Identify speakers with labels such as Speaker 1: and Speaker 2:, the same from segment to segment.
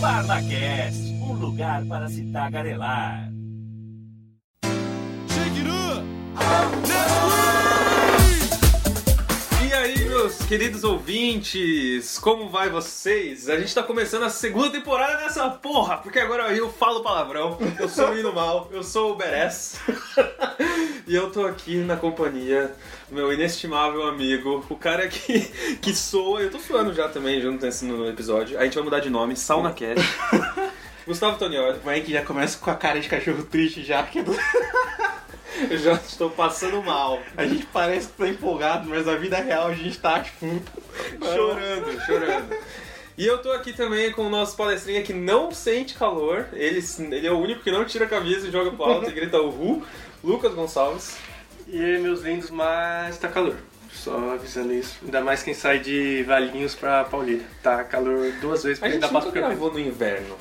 Speaker 1: Parlacast, um lugar para se tagarelar.
Speaker 2: E aí, meus queridos ouvintes, como vai vocês? A gente tá começando a segunda temporada dessa porra, porque agora eu falo palavrão, eu sou o Hino Mal, eu sou o Beres, e eu tô aqui na companhia do meu inestimável amigo, o cara que, que soa, eu tô suando já também junto nesse no episódio, a gente vai mudar de nome, Sauna Cat, Gustavo Tonioli,
Speaker 3: O Mike é já começa com a cara de cachorro triste já, que
Speaker 2: eu já estou passando mal.
Speaker 3: a gente parece que tá empolgado, mas na vida real a gente tá, tipo,
Speaker 2: Chorando, chorando. E eu tô aqui também com o nosso palestrinha que não sente calor. Ele, ele é o único que não tira a camisa e joga pro alto e grita uhul. Lucas Gonçalves.
Speaker 4: E aí, meus lindos, mas tá calor. Só avisando isso. Ainda mais quem sai de Valinhos pra Paulínia. Tá calor duas vezes
Speaker 2: A
Speaker 4: porque
Speaker 2: gente
Speaker 4: ainda
Speaker 2: nunca
Speaker 4: passa por mim.
Speaker 2: gravou no inverno.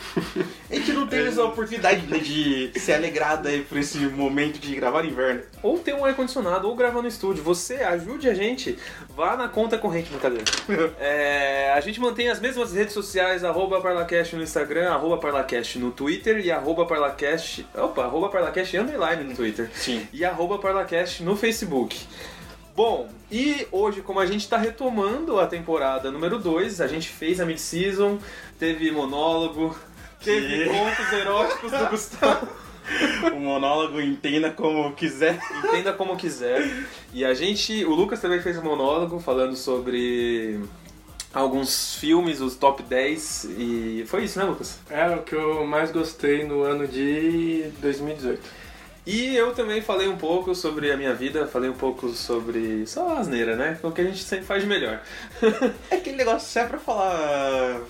Speaker 3: A gente não teve essa oportunidade né, de se alegrar daí por esse momento de gravar no inverno.
Speaker 2: Ou ter um ar-condicionado, ou gravar no estúdio. Você ajude a gente. Vá na conta corrente, brincadeira. É, a gente mantém as mesmas redes sociais, arroba Parlacast no Instagram, arroba Parlacast no Twitter e arroba Parlacast... Opa, arroba Parlacast underline no Twitter.
Speaker 3: Sim.
Speaker 2: e arroba Parlacast no Facebook. Bom, e hoje, como a gente está retomando a temporada número 2, a gente fez a mid-season, teve monólogo, teve contos eróticos do Gustavo,
Speaker 3: O monólogo entenda como quiser.
Speaker 2: entenda como quiser. E a gente, o Lucas também fez um monólogo falando sobre alguns filmes, os top 10, e foi isso, né, Lucas?
Speaker 4: É o que eu mais gostei no ano de 2018.
Speaker 2: E eu também falei um pouco sobre a minha vida, falei um pouco sobre só asneira, né? O que a gente sempre faz de melhor.
Speaker 3: É aquele negócio só é pra falar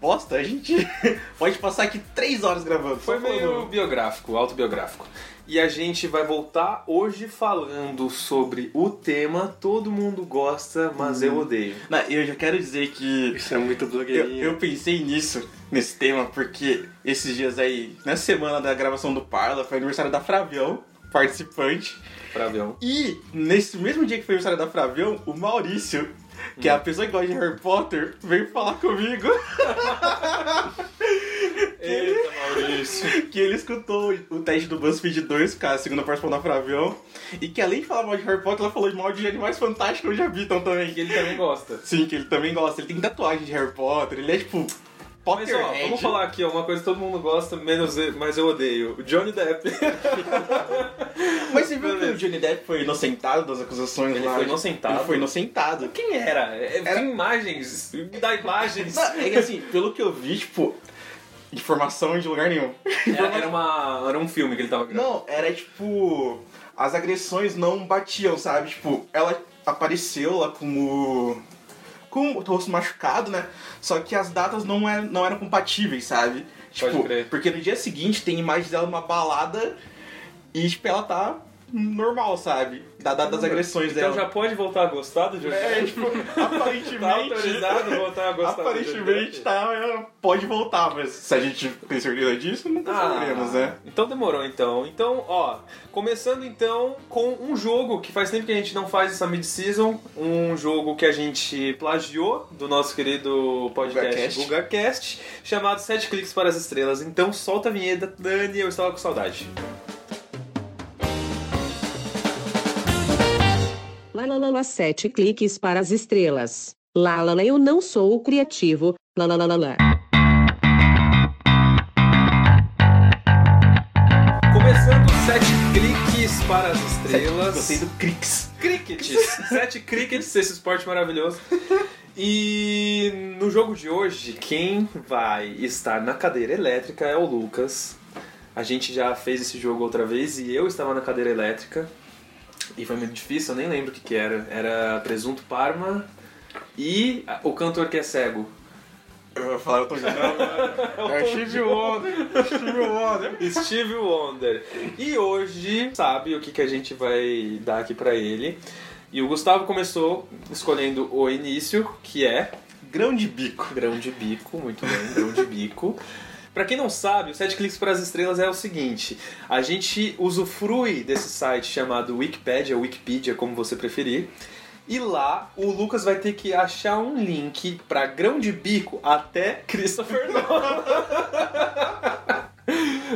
Speaker 3: bosta, a gente pode passar aqui três horas gravando.
Speaker 2: Foi
Speaker 3: só falando.
Speaker 2: meio biográfico, autobiográfico. E a gente vai voltar hoje falando sobre o tema Todo mundo gosta, mas eu odeio.
Speaker 3: Não, eu já quero dizer que
Speaker 4: Hum. Isso é muito
Speaker 3: Eu,
Speaker 4: blogueirinho.
Speaker 3: eu pensei nisso, nesse tema, porque esses dias aí, nessa semana da gravação do Parla, foi aniversário da Fravião, participante.
Speaker 2: Fravião.
Speaker 3: E nesse mesmo dia que foi aniversário da Fravião, o Maurício, que é a pessoa que gosta de Harry Potter, veio falar comigo
Speaker 2: Eita, Maurício.
Speaker 3: que ele escutou o teste do BuzzFeed 2, cara, a segunda participação da Fravião, e que além de falar mal de Harry Potter, ela falou de mal de animais fantásticos onde habitam então, também.
Speaker 2: E ele também gosta.
Speaker 3: Sim, que ele também gosta. Ele tem tatuagem de Harry Potter, ele é tipo.
Speaker 2: Mas ó,
Speaker 3: Potterhead.
Speaker 2: vamos falar aqui, ó, uma coisa que todo mundo gosta, menos eu, mas eu odeio. O Johnny Depp.
Speaker 3: Mas você viu que o Johnny Depp foi inocentado das acusações
Speaker 2: Ele
Speaker 3: lá?
Speaker 2: foi inocentado?
Speaker 3: Ele foi inocentado.
Speaker 2: Quem era? É, Tem imagens. Me dá imagens.
Speaker 3: Não, é que assim, pelo que eu vi, tipo, informação de lugar nenhum.
Speaker 2: Era, era uma, era um filme que ele tava gravando.
Speaker 3: Não, era tipo. As agressões não batiam, sabe? Tipo, ela apareceu lá como. Com o rosto machucado, né? Só que as datas não, é, não eram compatíveis, sabe? Tipo,
Speaker 2: Pode crer.
Speaker 3: porque no dia seguinte tem imagens dela numa balada e, tipo, ela tá normal, sabe? Da data das agressões
Speaker 2: Então
Speaker 3: dela.
Speaker 2: já pode voltar a gostar do Johnny
Speaker 3: É,
Speaker 2: Depp?
Speaker 3: tipo,
Speaker 2: Tá
Speaker 3: aparentemente.
Speaker 2: autorizado a voltar a gostar do Johnny
Speaker 3: aparentemente
Speaker 2: Depp?
Speaker 3: tá, é, pode voltar, mas se a gente tem certeza disso, nunca
Speaker 2: Ah.
Speaker 3: saberemos, né?
Speaker 2: Então demorou então. Então, ó, começando então com um jogo que faz tempo que a gente não faz essa mid-season, um jogo que a gente plagiou do nosso querido podcast
Speaker 3: Gugacast.
Speaker 2: GugaCast, chamado Sete Cliques para as Estrelas. Então solta a vinheta, Dani, eu estava com saudade.
Speaker 5: Lalalala, sete cliques para as estrelas. Lalala, eu não sou o criativo. Lalalala.
Speaker 2: Começando Sete Cliques para as Estrelas.
Speaker 3: Gostei do Crix.
Speaker 2: crickets. Sete crickets, esse esporte maravilhoso. E no jogo de hoje, quem vai estar na cadeira elétrica é o Lucas. A gente já fez esse jogo outra vez e eu estava na cadeira elétrica. E foi muito difícil, eu nem lembro o que, que era. Era presunto parma e o cantor que é cego.
Speaker 3: Eu vou falar, eu tô jogando. É o Steve Wonder. Steve Wonder.
Speaker 2: Steve Wonder. E hoje sabe o que, que a gente vai dar aqui pra ele. E o Gustavo começou escolhendo o início, que é
Speaker 3: Grão de bico.
Speaker 2: Grão de bico, muito bem, grão de bico. Pra quem não sabe, o Sete Cliques para as Estrelas é o seguinte: a gente usufrui desse site chamado Wikipedia, Wikipedia, como você preferir, E lá o Lucas vai ter que achar um link pra grão de bico até Christopher Nolan.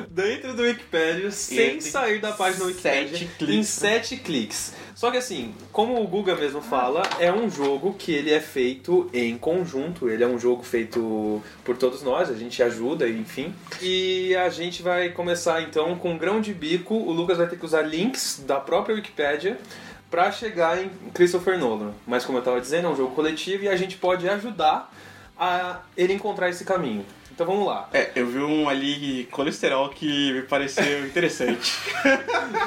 Speaker 2: Dentro do Wikipedia, sem
Speaker 3: Entre
Speaker 2: sair da página do Wikipedia,
Speaker 3: sete
Speaker 2: em
Speaker 3: cliques. né?
Speaker 2: sete cliques. Só que assim, como o Guga mesmo fala, é um jogo que ele é feito em conjunto, ele é um jogo feito por todos nós, a gente ajuda, enfim. E a gente vai começar então com grão de bico, o Lucas vai ter que usar links da própria Wikipédia pra chegar em Christopher Nolan. Mas como eu tava dizendo, é um jogo coletivo e a gente pode ajudar a ele encontrar esse caminho. Então vamos lá.
Speaker 3: É, eu vi um ali colesterol que me pareceu interessante.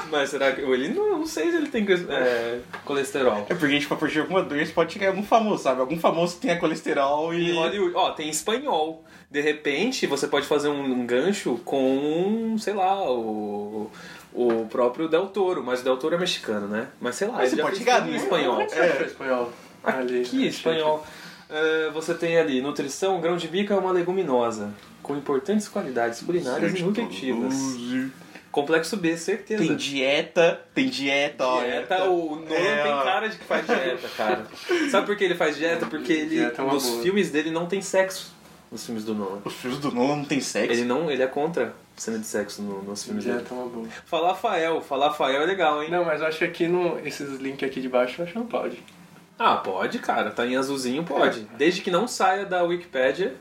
Speaker 2: Mas será que ele não, não sei se ele tem é, colesterol.
Speaker 3: é porque, tipo, a partir de alguma doença pode chegar algum famoso, sabe? Algum famoso que tenha colesterol
Speaker 2: E
Speaker 3: e.
Speaker 2: Hollywood, ó, tem espanhol. De repente, você pode fazer um, um gancho com, sei lá, o, o próprio Del Toro, mas o Del Toro é mexicano, né? Mas sei lá,
Speaker 3: Mas né?
Speaker 2: ele
Speaker 3: você
Speaker 2: já
Speaker 3: pode
Speaker 2: fez
Speaker 3: chegar
Speaker 2: tudo em
Speaker 3: no-
Speaker 2: espanhol.
Speaker 6: Como é que você achou espanhol? Ali, né?
Speaker 2: Aqui, espanhol. É, você tem ali nutrição, grão de bico é uma leguminosa, com importantes qualidades culinárias e nutritivas. Complexo B, certeza.
Speaker 3: Tipo, Tem dieta, tem dieta, ó.
Speaker 2: Dieta, o Nolan
Speaker 3: É,
Speaker 2: tem
Speaker 3: ó.
Speaker 2: cara de que faz dieta, cara. Sabe por que ele faz dieta? Porque ele,
Speaker 6: Dieta é uma
Speaker 2: nos
Speaker 6: boa.
Speaker 2: filmes dele não tem sexo. Nos filmes do Nolan.
Speaker 3: Os filhos do Nolan não tem sexo.
Speaker 2: Ele não, ele é contra cena de sexo no, nos filmes
Speaker 6: Já
Speaker 2: dele.
Speaker 6: tá uma boa.
Speaker 2: Falafael, Falafael é legal, hein?
Speaker 6: Não, mas eu acho que aqui no, esses links aqui de baixo eu acho que não pode.
Speaker 2: Ah, pode, cara. Tá em
Speaker 6: É.
Speaker 2: azulzinho, pode. Desde que não saia da Wikipédia,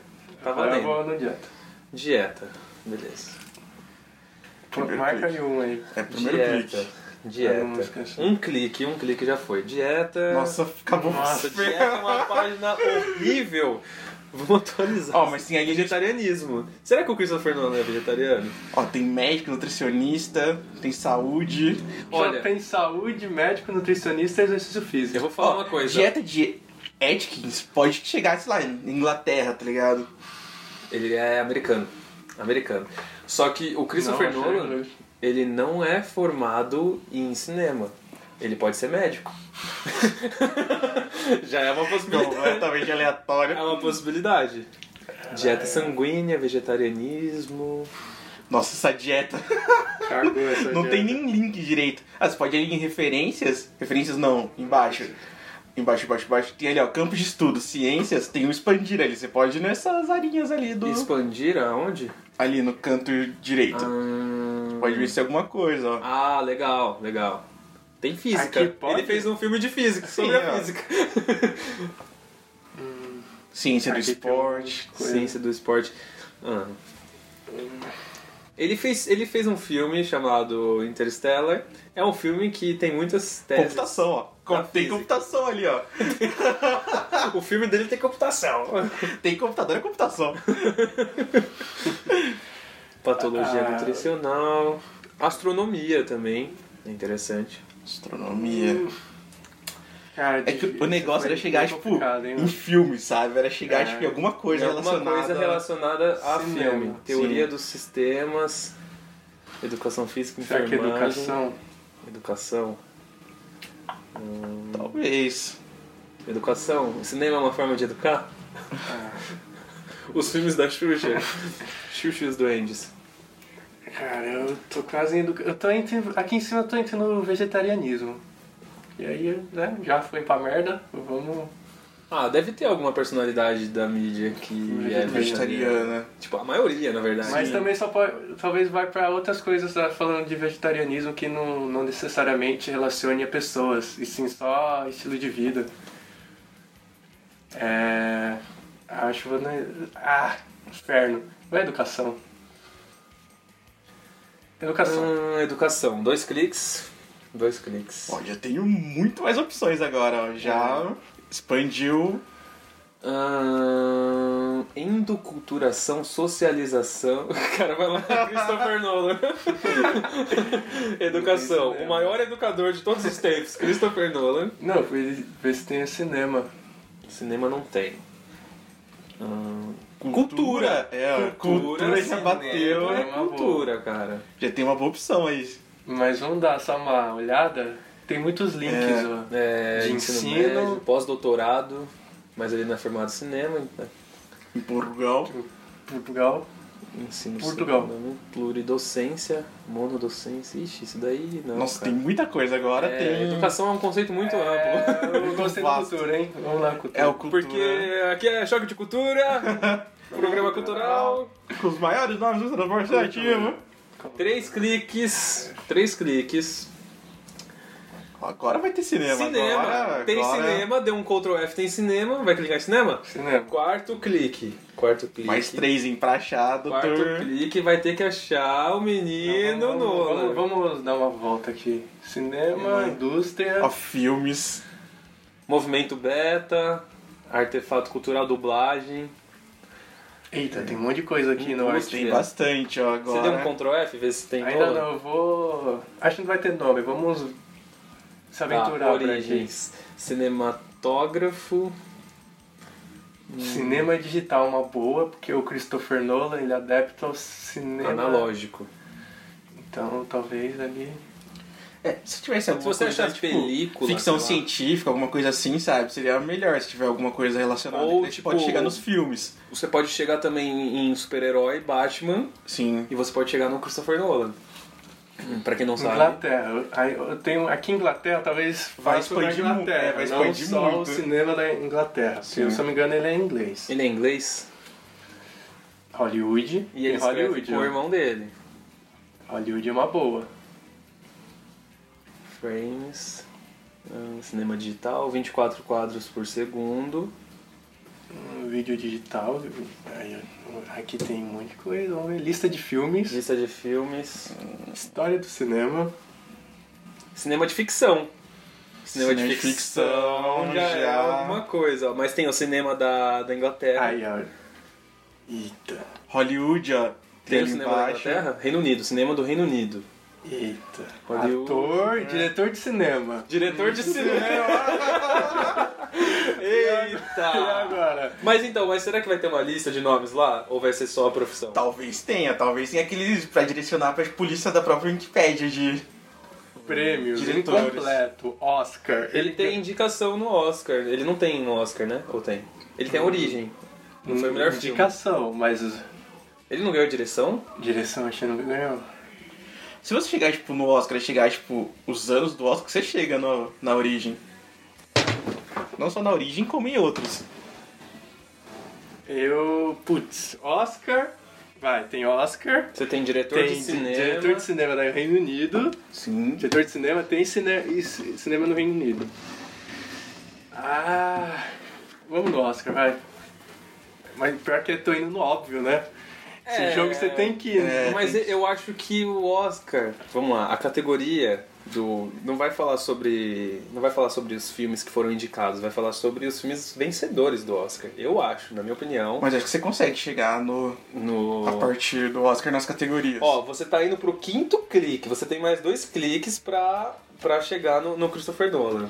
Speaker 2: tá
Speaker 6: Agora eu
Speaker 2: valendo.
Speaker 6: vou no dieta.
Speaker 2: Dieta. Beleza.
Speaker 6: Pô,
Speaker 3: Primeiro
Speaker 6: Marca
Speaker 3: clique.
Speaker 6: aí um aí.
Speaker 3: É primeiro
Speaker 2: Dieta.
Speaker 3: clique.
Speaker 6: Eu não
Speaker 2: Dieta.
Speaker 6: esqueci.
Speaker 2: Um clique, um clique já foi. Dieta.
Speaker 3: Nossa, acabou.
Speaker 2: Nossa, dieta é uma página horrível. Vamos atualizar.
Speaker 3: Ó, mas tem aí gente. tá-
Speaker 2: Vegetarianismo. Será que o Christopher Nolan é vegetariano?
Speaker 3: Ó, tem médico, nutricionista, tem saúde.
Speaker 2: Olha-
Speaker 6: Só tem saúde, médico, nutricionista e exercício físico.
Speaker 2: Eu vou falar
Speaker 3: Ó,
Speaker 2: uma coisa.
Speaker 3: Dieta de Atkins pode chegar, sei lá, em Inglaterra, tá ligado?
Speaker 2: Ele é americano. Americano. Só que o Christopher
Speaker 6: Não, achei
Speaker 2: Nolan,
Speaker 6: inglês.
Speaker 2: ele não é formado em cinema. Ele pode ser médico. Já é uma possibilidade.
Speaker 3: Completamente aleatório.
Speaker 2: É uma possibilidade. Dieta sanguínea, vegetarianismo.
Speaker 3: Nossa, essa dieta.
Speaker 6: Cagou essa
Speaker 3: Não
Speaker 6: dieta.
Speaker 3: tem nem link direito. Ah, você pode ir em referências. Referências não, embaixo. Embaixo, embaixo, embaixo. Tem ali, ó, campos de estudo, ciências, tem o expandir ali. Você pode ir nessas arinhas ali
Speaker 6: Uhum.
Speaker 3: do.
Speaker 2: Expandir aonde?
Speaker 3: Ali no canto
Speaker 6: Então,
Speaker 3: direito.
Speaker 2: Hum,
Speaker 3: Pode ver se tem alguma coisa, ó.
Speaker 2: Ah, legal, legal. Tem física.
Speaker 6: Aqui pode?
Speaker 2: Ele fez um filme de física, sobre
Speaker 3: Sim,
Speaker 2: a
Speaker 3: ó.
Speaker 2: física.
Speaker 3: Ciência do
Speaker 6: Aqui tem
Speaker 3: esporte.
Speaker 6: Coisa.
Speaker 2: Ciência do esporte. Ah. Ele fez, ele fez um filme chamado Interstellar. É um filme que tem muitas teses.
Speaker 3: Computação, ó. Com-
Speaker 2: Da
Speaker 3: tem
Speaker 2: física.
Speaker 3: computação ali, ó.
Speaker 2: O filme dele tem computação.
Speaker 3: Tem computador e computação.
Speaker 2: Patologia
Speaker 6: Ah.
Speaker 2: nutricional. Astronomia também. É interessante.
Speaker 3: Astronomia.
Speaker 6: Cara,
Speaker 3: É que
Speaker 6: difícil,
Speaker 3: o negócio
Speaker 6: Hum. foi
Speaker 3: era chegar,
Speaker 6: bem
Speaker 3: tipo,
Speaker 6: complicado, hein,
Speaker 3: em filme, sabe? Era chegar,
Speaker 6: É.
Speaker 3: tipo, em alguma coisa
Speaker 2: Tem alguma
Speaker 3: relacionada.
Speaker 2: coisa relacionada a
Speaker 6: Cinema.
Speaker 2: filme. Teoria dos sistemas. Educação física,
Speaker 6: Será que é
Speaker 2: enfermagem.
Speaker 6: educação?
Speaker 2: Educação. Hum,
Speaker 3: Talvez.
Speaker 2: Educação? O cinema é uma forma de educar?
Speaker 6: Ah,
Speaker 2: Os filmes da Xuxa. Xuxa e os Duendes.
Speaker 6: Cara, eu tô quase indo. Eu tô entre. Aqui em cima eu tô entre no vegetarianismo. E aí, né? Já foi pra merda. Vamos.
Speaker 2: Ah, deve ter alguma personalidade da mídia que é vegetariana.
Speaker 3: Vegetariana.
Speaker 2: Tipo, a maioria, na verdade.
Speaker 6: Mas
Speaker 2: Sim.
Speaker 6: também só pode. Talvez vai pra outras coisas tá, falando de vegetarianismo que não, não necessariamente relacione a pessoas. E sim só estilo de vida. É. Acho que vou na. Ah, inferno. Vai educação. é Educação.
Speaker 2: Hum, educação. Dois cliques. Dois cliques.
Speaker 3: Ó, já tenho muito mais opções agora, ó. Já
Speaker 2: É.
Speaker 3: expandiu.
Speaker 2: Hum, endoculturação, socialização. O cara vai lá na Christopher Nolan. educação. O maior educador de todos os tempos, Christopher Nolan.
Speaker 6: Não, eu fui ver se tem cinema.
Speaker 2: Cinema não tem. Hum,
Speaker 3: Cultura! né? É, ó, cultura já
Speaker 2: cinema,
Speaker 3: bateu.
Speaker 2: É cultura, cara.
Speaker 3: Já tem uma boa opção aí.
Speaker 6: Mas vamos dar só uma olhada. Tem muitos links,
Speaker 3: É.
Speaker 6: ó.
Speaker 2: É,
Speaker 6: De
Speaker 2: ensino,
Speaker 6: ensino.
Speaker 2: médio, tá pós-doutorado, mas ele não é formado em cinema. então.
Speaker 3: Em Portugal.
Speaker 6: Portugal.
Speaker 2: Ensino
Speaker 6: Portugal.
Speaker 2: secundário, Pluridocência, monodocência. Ixi, isso daí não.
Speaker 3: Nossa,
Speaker 2: cara.
Speaker 3: tem muita coisa agora.
Speaker 2: É,
Speaker 3: tem.
Speaker 2: Educação é um conceito muito amplo.
Speaker 6: É, eu gostei da
Speaker 3: Vasto.
Speaker 6: cultura, hein? Vamos lá, cultura.
Speaker 3: É o cultura.
Speaker 2: Porque aqui é choque de cultura, programa cultural,
Speaker 3: Com os maiores nomes do né, transporte seletivo.
Speaker 2: três cliques, três cliques.
Speaker 3: Agora vai ter cinema.
Speaker 2: cinema,
Speaker 3: agora,
Speaker 2: tem
Speaker 3: agora-
Speaker 2: cinema, deu um Ctrl F, tem cinema, vai clicar em cinema?
Speaker 6: Cinema.
Speaker 2: Quarto clique, quarto clique.
Speaker 3: Mais três em pra achar,
Speaker 2: Quarto
Speaker 3: doutor.
Speaker 2: clique vai ter que achar o menino
Speaker 6: Não, Então, vamos,
Speaker 2: Nolan.
Speaker 6: vamos, vamos dar uma volta aqui. Cinema, indústria.
Speaker 3: Ó, filmes.
Speaker 2: Movimento beta, artefato cultural, dublagem.
Speaker 6: Eita, tem um monte de coisa aqui no
Speaker 2: Indústria.
Speaker 6: arte.
Speaker 3: Tem bastante, ó,
Speaker 2: É. Você deu um
Speaker 3: agora.
Speaker 2: Ctrl F, ver se tem
Speaker 6: Ainda
Speaker 2: Nolan?
Speaker 6: não, é eu vou. Acho que não vai ter nome, vamos se
Speaker 2: Tá,
Speaker 6: aventurar por aqui.
Speaker 2: origens, cinematógrafo,
Speaker 6: Hum. Cinema digital é uma boa, porque o Christopher Nolan ele é adepto ao cinema.
Speaker 2: analógico.
Speaker 6: Então talvez ali.
Speaker 3: É, se tivesse tipo,
Speaker 2: Se você achar película,
Speaker 3: ficção
Speaker 2: sei lá,
Speaker 3: científica, alguma coisa assim, sabe? Seria melhor se tiver alguma coisa relacionada.
Speaker 2: Ou,
Speaker 3: Daí você pode
Speaker 2: tipo,
Speaker 3: chegar nos filmes.
Speaker 2: você pode chegar também em super-herói, Batman,
Speaker 3: Sim.
Speaker 2: e você pode chegar no Christopher Nolan. Pra quem não sabe.
Speaker 6: Inglaterra. Aí eu tenho aqui em Inglaterra, talvez
Speaker 3: Vai
Speaker 6: faço na
Speaker 3: expandir mu-
Speaker 6: Inglaterra,
Speaker 3: é, vai
Speaker 6: né? não
Speaker 3: expandir
Speaker 6: só
Speaker 3: muito.
Speaker 6: o cinema da Inglaterra.
Speaker 3: Sim.
Speaker 6: Porque, se eu não me engano, ele é inglês.
Speaker 2: Ele é inglês
Speaker 6: Hollywood
Speaker 2: e ele escreve
Speaker 6: Hollywood.
Speaker 2: com o irmão dele.
Speaker 6: Hollywood é uma boa.
Speaker 2: Frames, ah, cinema digital, 24 quadros por segundo.
Speaker 6: Um vídeo digital. aí eu- aqui tem um monte de coisa. Vamos ver. Lista de filmes.
Speaker 2: Lista de filmes.
Speaker 6: História do cinema.
Speaker 2: Cinema de ficção. Cinema,
Speaker 3: Cinema
Speaker 2: de
Speaker 3: de
Speaker 2: ficção,
Speaker 3: ficção,
Speaker 2: já, é
Speaker 3: já.
Speaker 2: alguma coisa. ó. Mas tem o cinema da, da Inglaterra.
Speaker 6: Aí, ó. Eita.
Speaker 3: Hollywood, ó.
Speaker 2: tem o
Speaker 3: ali
Speaker 2: cinema
Speaker 3: embaixo.
Speaker 2: da Inglaterra? Reino Unido. Cinema do Reino Unido.
Speaker 6: Eita.
Speaker 2: Hollywood. né?
Speaker 6: Ator, diretor de cinema.
Speaker 2: Diretor de
Speaker 3: É,
Speaker 2: cinema.
Speaker 6: E
Speaker 2: Eita!
Speaker 6: agora?
Speaker 2: Mas então, mas será que vai ter uma lista de nomes lá? Ou vai ser só a profissão?
Speaker 3: Talvez tenha, talvez tenha aqueles pra direcionar pra polícia da própria Wikipédia de.
Speaker 6: Prêmios,
Speaker 3: Diretores.
Speaker 6: incompleto, Oscar.
Speaker 2: Ele tem indicação no Oscar. Ele não tem no Oscar, né? Ou tem? Ele tem a origem. Não foi o melhor filme.
Speaker 6: Hum, Indicação, mas os-
Speaker 2: Ele não ganhou direção?
Speaker 6: direção acho que não ganhou.
Speaker 3: Se você chegar, tipo, no Oscar e chegar, tipo, os anos do Oscar, você chega no- na origem. Não só na origem, como em outros.
Speaker 6: Eu, putz, Oscar. Vai, tem Oscar.
Speaker 2: Você tem diretor
Speaker 6: Tem
Speaker 2: de cinema. É,
Speaker 6: diretor de cinema do Reino Unido.
Speaker 3: Sim.
Speaker 6: Diretor de cinema tem cine... e ci- cinema no Reino Unido. Ah, vamos no Oscar, vai. Mas pior que eu tô indo no óbvio, né? Esse
Speaker 2: É.
Speaker 6: jogo você tem que ir. né?
Speaker 2: Mas eu acho que o Oscar, vamos lá, a categoria do não vai falar sobre não vai falar sobre os filmes que foram indicados, vai falar sobre os filmes vencedores do Oscar. Eu acho, na minha opinião,
Speaker 3: Mas acho que você consegue chegar no.
Speaker 2: no
Speaker 3: A partir do Oscar nas categorias.
Speaker 2: Ó, você tá indo pro quinto clique, você tem mais dois cliques pra, pra chegar no, no Christopher Nolan.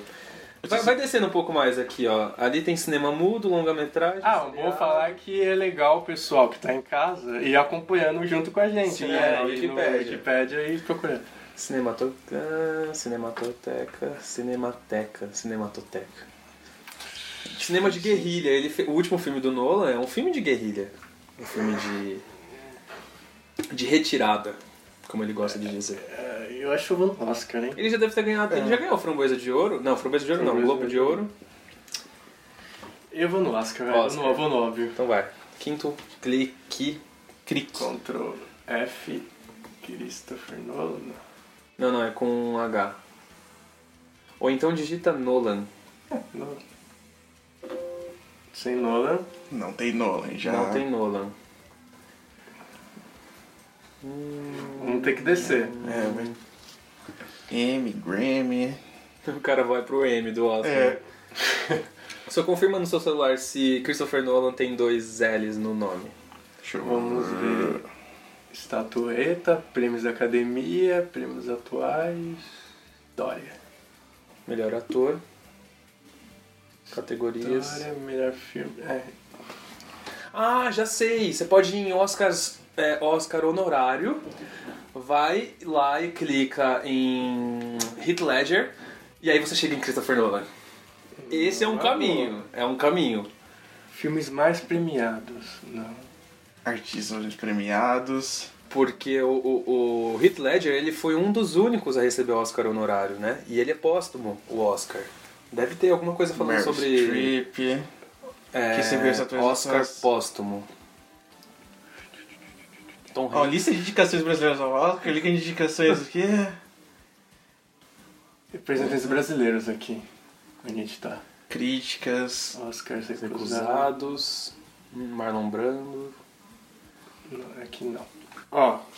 Speaker 2: Vai, vai descendo um pouco mais aqui, ó. Ali tem cinema mudo, longa-metragem.
Speaker 6: Ah, bom
Speaker 2: seriado.
Speaker 6: falar que é legal o pessoal que tá em casa e acompanhando junto com a gente,
Speaker 2: Sim, é,
Speaker 6: né?
Speaker 2: na
Speaker 6: E
Speaker 2: Wikipédia.
Speaker 6: No Wikipédia e procurando.
Speaker 2: Cinematoteca, cinematoteca, cinemateca, cinematoteca. Cinema de guerrilha. Ele fe- O último filme do Nolan é um filme de guerrilha. Um filme de. de retirada, como ele gosta de dizer.
Speaker 6: É, Eu acho que eu vou no Oscar, hein?
Speaker 2: Ele já deve ter ganhado. Ele já ganhou Framboesa de Ouro? Não, É. Framboesa de Ouro não,
Speaker 6: Framboesa
Speaker 2: Globo de
Speaker 6: de
Speaker 2: Ouro.
Speaker 6: Eu vou no Oscar, velho. Eu
Speaker 2: Oscar.
Speaker 6: não- Eu vou no óbvio.
Speaker 2: Então vai. Quinto clique. Clique.
Speaker 6: Ctrl F, Christopher Nolan.
Speaker 2: Não, não, é com um H. Ou então digita Nolan.
Speaker 6: Nolan. Sem Nolan.
Speaker 3: Não tem Nolan, já.
Speaker 2: Não tem Nolan.
Speaker 6: Vamos ter que descer.
Speaker 3: É, mas... M, Grammy.
Speaker 2: O cara vai pro M do Oscar.
Speaker 3: É.
Speaker 2: Só confirma no seu celular se Christopher Nolan tem dois L's no nome.
Speaker 3: Deixa eu
Speaker 6: Vamos ver. Estatueta, prêmios da academia, prêmios atuais. Dória.
Speaker 2: Melhor ator. Categorias.
Speaker 6: Dória, melhor filme. É.
Speaker 2: Ah, já sei. Você pode ir em Oscars, é, Oscar honorário. Vai lá e clica em Heath Ledger. E aí você chega em Christopher Nolan. Esse é um
Speaker 6: Ah,
Speaker 2: caminho. É um caminho.
Speaker 6: Filmes mais premiados. né? Não.
Speaker 3: artistas premiados.
Speaker 2: Porque o, o, o Heath Ledger ele foi um dos únicos a receber o Oscar honorário, né? E ele é póstumo, o Oscar. Deve ter alguma coisa falando
Speaker 3: Meryl
Speaker 2: sobre
Speaker 3: Streep.
Speaker 2: é,
Speaker 3: que recebeu essa atualização.
Speaker 2: Oscar póstumo. Tom
Speaker 3: Ó,
Speaker 2: Hanks.
Speaker 3: lista de indicações brasileiras ao Oscar, lista de indicações o quê?
Speaker 6: Representantes brasileiros aqui. A gente tá.
Speaker 3: Críticas.
Speaker 6: Oscars recusados.
Speaker 2: Recusados. Marlon Brando.
Speaker 6: Não, Aqui não. Ó.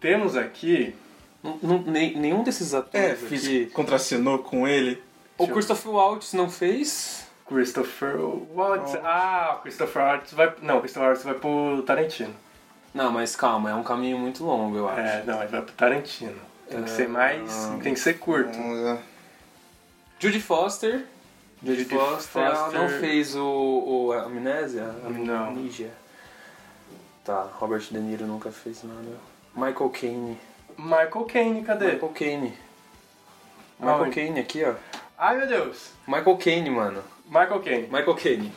Speaker 6: Temos aqui.
Speaker 2: Não- não- nem- nenhum desses
Speaker 3: É,
Speaker 2: atores
Speaker 3: fiz,
Speaker 2: aqui.
Speaker 3: contracenou com ele.
Speaker 2: O Christopher Waltz não fez.
Speaker 6: Christopher Watts. Ah, o Christopher Watts vai. Não, o Christopher Watts vai pro Tarantino.
Speaker 2: Não, mas calma, é um caminho muito longo, eu acho.
Speaker 6: É, não, ele vai pro Tarantino. Ah, Tem que ser mais. Tem que ser curto.
Speaker 3: Vamos lá.
Speaker 2: Judy Foster. Judy,
Speaker 6: Judy
Speaker 2: Foster, ela
Speaker 6: Foster.
Speaker 2: não fez o, o a Amnésia? A
Speaker 6: Não.
Speaker 2: Amnésia. Tá, Robert De Niro nunca fez nada. Michael Caine.
Speaker 6: Michael Caine, cadê?
Speaker 2: Michael Caine. Michael
Speaker 6: Aonde?
Speaker 2: Caine aqui, ó.
Speaker 6: Ai meu Deus!
Speaker 2: Michael Caine, mano.
Speaker 6: Michael Caine.
Speaker 2: Michael Caine.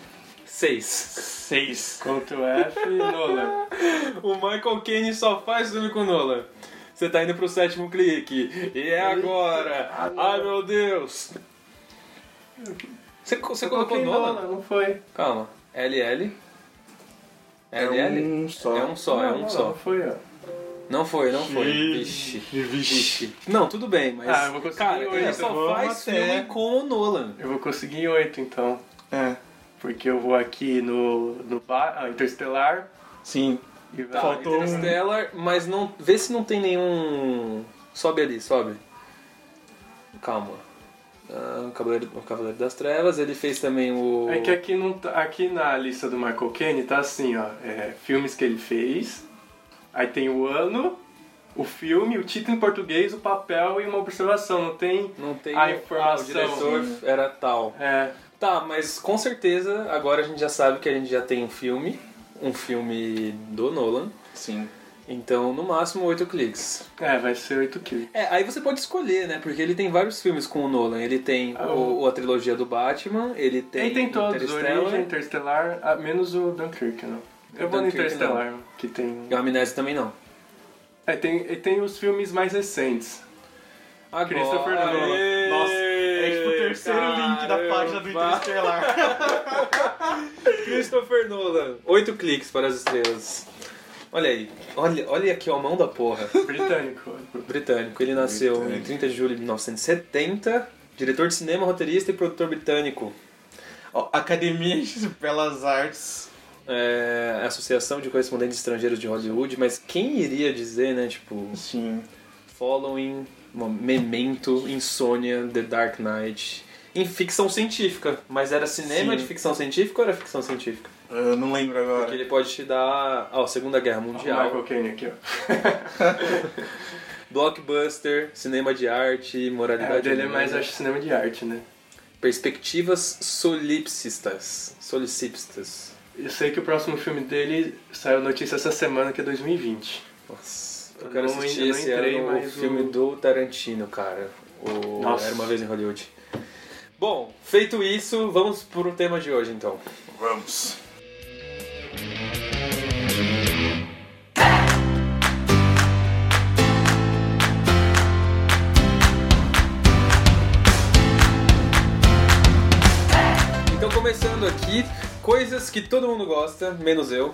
Speaker 2: Seis.
Speaker 3: Seis.
Speaker 6: Ctrl F Nolan.
Speaker 2: O Michael Caine só faz filme com Nolan. Você tá indo pro sétimo clique. E é agora. Ai, meu Deus. Você, você colocou
Speaker 6: Coloquei
Speaker 2: Nolan?
Speaker 6: não foi.
Speaker 2: Calma. LL.
Speaker 3: É
Speaker 2: LL?
Speaker 3: um só.
Speaker 2: É um só, é um
Speaker 6: não,
Speaker 2: só.
Speaker 6: Não foi, ó.
Speaker 2: Não foi, não foi.
Speaker 3: Vixe.
Speaker 2: Vixe. Vixe. Não, tudo bem, mas.
Speaker 6: Ah, eu vou conseguir
Speaker 2: cara,
Speaker 6: hoje,
Speaker 2: ele
Speaker 6: eu
Speaker 2: só
Speaker 3: vou
Speaker 2: faz
Speaker 3: até.
Speaker 2: filme com o Nolan.
Speaker 6: Eu vou conseguir oito então.
Speaker 3: É.
Speaker 6: Porque eu vou aqui no, no bar, ah, Interstellar
Speaker 3: Sim.
Speaker 6: e vai.
Speaker 2: Tá,
Speaker 3: Faltou um.
Speaker 2: Interstellar, mas não. Vê se não tem nenhum. Sobe ali, sobe. Calma. Ah, o, Cavaleiro, o Cavaleiro das Trevas, ele fez também o.
Speaker 6: É que aqui, não, tá- aqui na lista do Michael Caine tá assim, ó. é, filmes que ele fez. Aí tem o ano, o filme, o título em português, o papel e uma observação. Não tem.
Speaker 2: Não tem
Speaker 6: a
Speaker 2: o-
Speaker 6: informação.
Speaker 2: O diretor era tal.
Speaker 6: É.
Speaker 2: Tá, mas com certeza agora a gente já sabe que a gente já tem um filme. Um filme do Nolan.
Speaker 3: Sim.
Speaker 2: Então, no máximo, oito cliques.
Speaker 6: É, vai ser 8 kills.
Speaker 2: É, aí você pode escolher, né? Porque ele tem vários filmes com o Nolan. Ele tem
Speaker 6: Ah,
Speaker 2: o, a trilogia do Batman, ele tem.
Speaker 6: Ele tem todos,
Speaker 2: Interstellar,
Speaker 6: Origem, Interstellar, ah, menos o Dunkirk, não. Eu vou no
Speaker 2: Dunkirk,
Speaker 6: Interstellar, que tem... um-
Speaker 2: E o Amnésia também não.
Speaker 6: É, tem... E tem os filmes mais recentes.
Speaker 2: Agora...
Speaker 6: Christopher Nolan.
Speaker 3: Nossa, é tipo o terceiro link da página do
Speaker 2: Caramba.
Speaker 3: Interstellar.
Speaker 2: Christopher Nolan. Oito cliques para as estrelas. Olha aí. Olha, olha aqui, ó, a mão da porra.
Speaker 6: Britânico.
Speaker 2: Britânico. Ele nasceu em 30 de julho de 1970. Diretor de cinema, roteirista e produtor britânico.
Speaker 3: Ó, Academia de Belas Artes.
Speaker 2: É, Associação de Correspondentes Estrangeiros de Hollywood. Mas quem iria dizer, né? Tipo,
Speaker 3: Sim.
Speaker 2: Following, Memento, Insônia, The Dark Knight. Em ficção científica. Mas era cinema
Speaker 3: Sim.
Speaker 2: de ficção científica ou era ficção científica?
Speaker 3: Eu não lembro
Speaker 2: Porque
Speaker 3: agora.
Speaker 2: ele pode te dar. Ó, Segunda Guerra
Speaker 6: O
Speaker 2: Mundial,
Speaker 6: Michael Caine aqui, ó.
Speaker 2: blockbuster, cinema de arte,
Speaker 6: É, o
Speaker 2: moralidade.
Speaker 6: dele é
Speaker 2: humana,
Speaker 6: mais, acho, cinema de arte, né?
Speaker 2: Perspectivas solipsistas. Solipsistas.
Speaker 6: Eu sei que o próximo filme dele saiu notícia essa semana, que é 2020.
Speaker 2: Nossa,
Speaker 6: Eu
Speaker 2: eu quero
Speaker 6: não-
Speaker 2: assistir
Speaker 6: eu não
Speaker 2: esse
Speaker 6: entrei,
Speaker 2: ano o
Speaker 6: mas
Speaker 2: filme
Speaker 6: o-
Speaker 2: do Tarantino, cara. O
Speaker 6: Nossa.
Speaker 2: Era uma vez em Hollywood. Bom, feito isso, vamos pro tema de hoje então.
Speaker 3: Vamos.
Speaker 2: Então, começando aqui, coisas que todo mundo gosta, menos eu.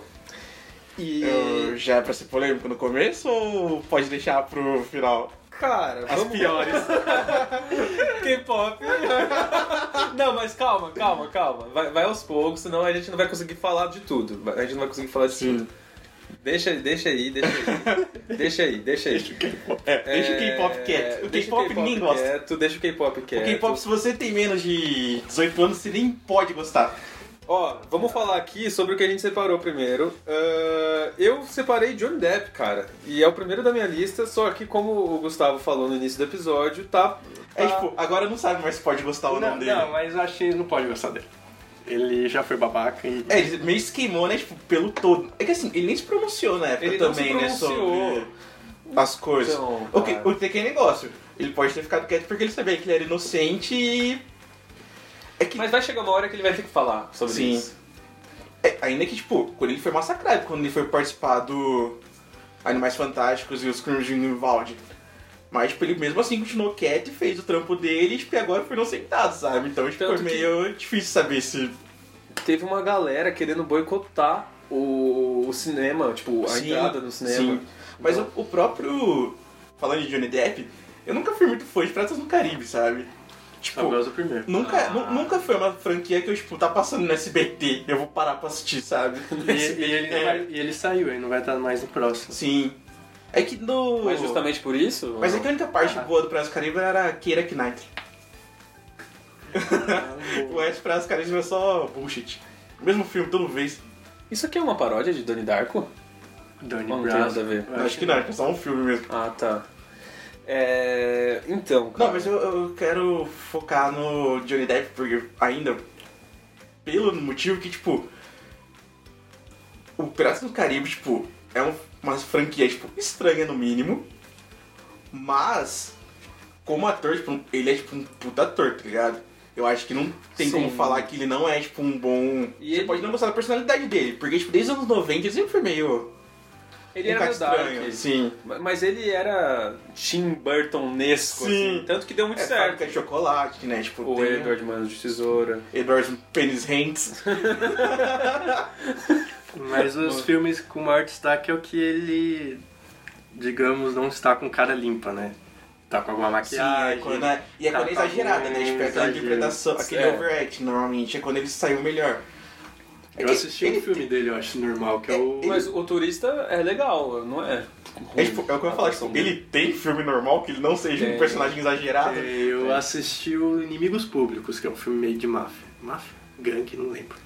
Speaker 2: E.
Speaker 3: Eu- já é pra ser polêmico no começo ou pode deixar pro final?
Speaker 2: Cara,
Speaker 3: As
Speaker 2: vamos
Speaker 3: piores.
Speaker 2: K-pop. não, mas calma, calma, calma. Vai, vai aos poucos, senão a gente não vai conseguir falar de tudo. A gente não vai conseguir falar de tudo. Deixa, deixa aí, deixa aí. deixa aí, deixa aí.
Speaker 3: É, deixa o K-pop quieto. O
Speaker 2: deixa
Speaker 3: K-pop ninguém gosta.
Speaker 2: Quieto, deixa o K-pop
Speaker 3: O
Speaker 2: quieto.
Speaker 3: K-pop, se você tem menos de 18 anos, você nem pode gostar.
Speaker 2: Ó, vamos
Speaker 3: Ah.
Speaker 2: falar aqui sobre o que a gente separou primeiro. Ah, eu separei Johnny Depp, cara. E é o primeiro da minha lista, só que como o Gustavo falou no início do episódio, tá.
Speaker 3: É
Speaker 2: tá-
Speaker 3: tipo, agora não sabe mais se pode gostar ou não,
Speaker 6: não,
Speaker 3: dele.
Speaker 6: não, mas eu acho que não pode gostar dele. Ele já foi babaca e...
Speaker 3: É, ele meio se queimou, né? Tipo, pelo todo. É que assim, ele nem se pronunciou na época
Speaker 2: Ele não
Speaker 3: também,
Speaker 2: se
Speaker 3: né?
Speaker 2: pronunciou.
Speaker 3: Sobre as coisas.
Speaker 2: Então,
Speaker 3: o que,
Speaker 2: cara.
Speaker 3: o que tem negócio? Ele pode ter ficado quieto porque ele sabia que ele era inocente e. É que,
Speaker 2: Mas vai chegar uma hora que ele vai ter que falar sobre
Speaker 3: Sim.
Speaker 2: isso.
Speaker 3: É, ainda que, tipo, quando ele foi massacrado, quando ele foi participar do Animais Fantásticos e os crimes de Grindelwald. Mas, tipo, ele mesmo assim continuou quieto e fez o trampo dele, tipo, e agora foi inocentado, sabe? Então, tipo,
Speaker 2: Tanto
Speaker 3: é
Speaker 2: que-
Speaker 3: meio difícil saber se...
Speaker 2: Teve uma galera querendo boicotar o, o cinema, tipo, a
Speaker 3: Sim,
Speaker 2: entrada no cinema. Então,
Speaker 3: sim. Mas o, o próprio... Falando de Johnny Depp, eu nunca fui muito fã de Pratas no Caribe, sabe? Tipo,
Speaker 6: Eu gosto do primeiro.
Speaker 3: Nunca,
Speaker 7: Ah.
Speaker 3: nu- nunca foi uma franquia que eu, tipo, tá passando no SBT, eu vou parar pra assistir, sabe?
Speaker 6: E, e ele não
Speaker 3: É.
Speaker 6: vai- e ele saiu, ele não vai estar mais no próximo.
Speaker 3: Sim. É que no.
Speaker 2: Mas justamente por isso.
Speaker 3: Mas é que a única parte boa do Prazo Caribe era Keira Knight. o resto do Prazo Caribe é só bullshit. Mesmo filme, toda vez.
Speaker 2: Isso aqui é uma paródia de Donnie Darko?
Speaker 6: Donnie
Speaker 2: Não, não
Speaker 6: Brown.
Speaker 2: tem nada a ver.
Speaker 6: Eu
Speaker 3: Acho, que não, é só um filme mesmo.
Speaker 2: Ah, tá. É. Então, cara.
Speaker 3: Não, mas eu, eu quero focar no Johnny Depp, porque ainda. Pelo motivo que, tipo. O Piratas do Caribe, tipo, é um- uma franquia, tipo, estranha no mínimo. Mas, como ator, tipo, ele é tipo um puta ator, tá ligado? Eu acho que não tem
Speaker 2: Sim.
Speaker 3: como falar que ele não é, tipo, um bom.
Speaker 2: E
Speaker 3: Você
Speaker 2: ele-
Speaker 3: pode não gostar da personalidade dele, porque, tipo, desde os anos 90 ele sempre foi meio.
Speaker 2: ele
Speaker 3: um
Speaker 2: era
Speaker 3: cara
Speaker 2: meio dark.
Speaker 3: estranho. Sim.
Speaker 2: Ma- Mas ele era Tim
Speaker 3: Sim.
Speaker 2: Burton-nesco, assim. Tanto que deu muito
Speaker 3: É
Speaker 2: certo.
Speaker 3: fábrica de chocolate, né? Tipo,
Speaker 2: O
Speaker 3: tem um-
Speaker 2: Edward Mano de Tesoura.
Speaker 3: Edward Penis Hands.
Speaker 6: Mas os filmes com maior destaque é o que ele, digamos, não está com cara limpa, né? Tá com alguma
Speaker 3: Sim,
Speaker 6: maquiagem.
Speaker 3: é quando é, e é
Speaker 6: tá
Speaker 3: quando é exagerada, né? Tipo, é aquela
Speaker 6: exagero.
Speaker 3: interpretação, aquele
Speaker 2: É.
Speaker 3: overacting, normalmente, é quando ele saiu melhor. É
Speaker 6: Eu
Speaker 3: que
Speaker 6: assisti
Speaker 3: ele-
Speaker 6: um filme dele, eu acho normal, que é o.
Speaker 2: Mas o turista é legal, não é?
Speaker 3: É, tipo, é o que eu ia falar, tipo, ele tem filme normal que ele não seja
Speaker 2: Tem.
Speaker 3: um personagem exagerado.
Speaker 6: Eu
Speaker 3: É.
Speaker 6: assisti o Inimigos Públicos, que é um filme meio de máfia. Máfia? Gangue, não lembro.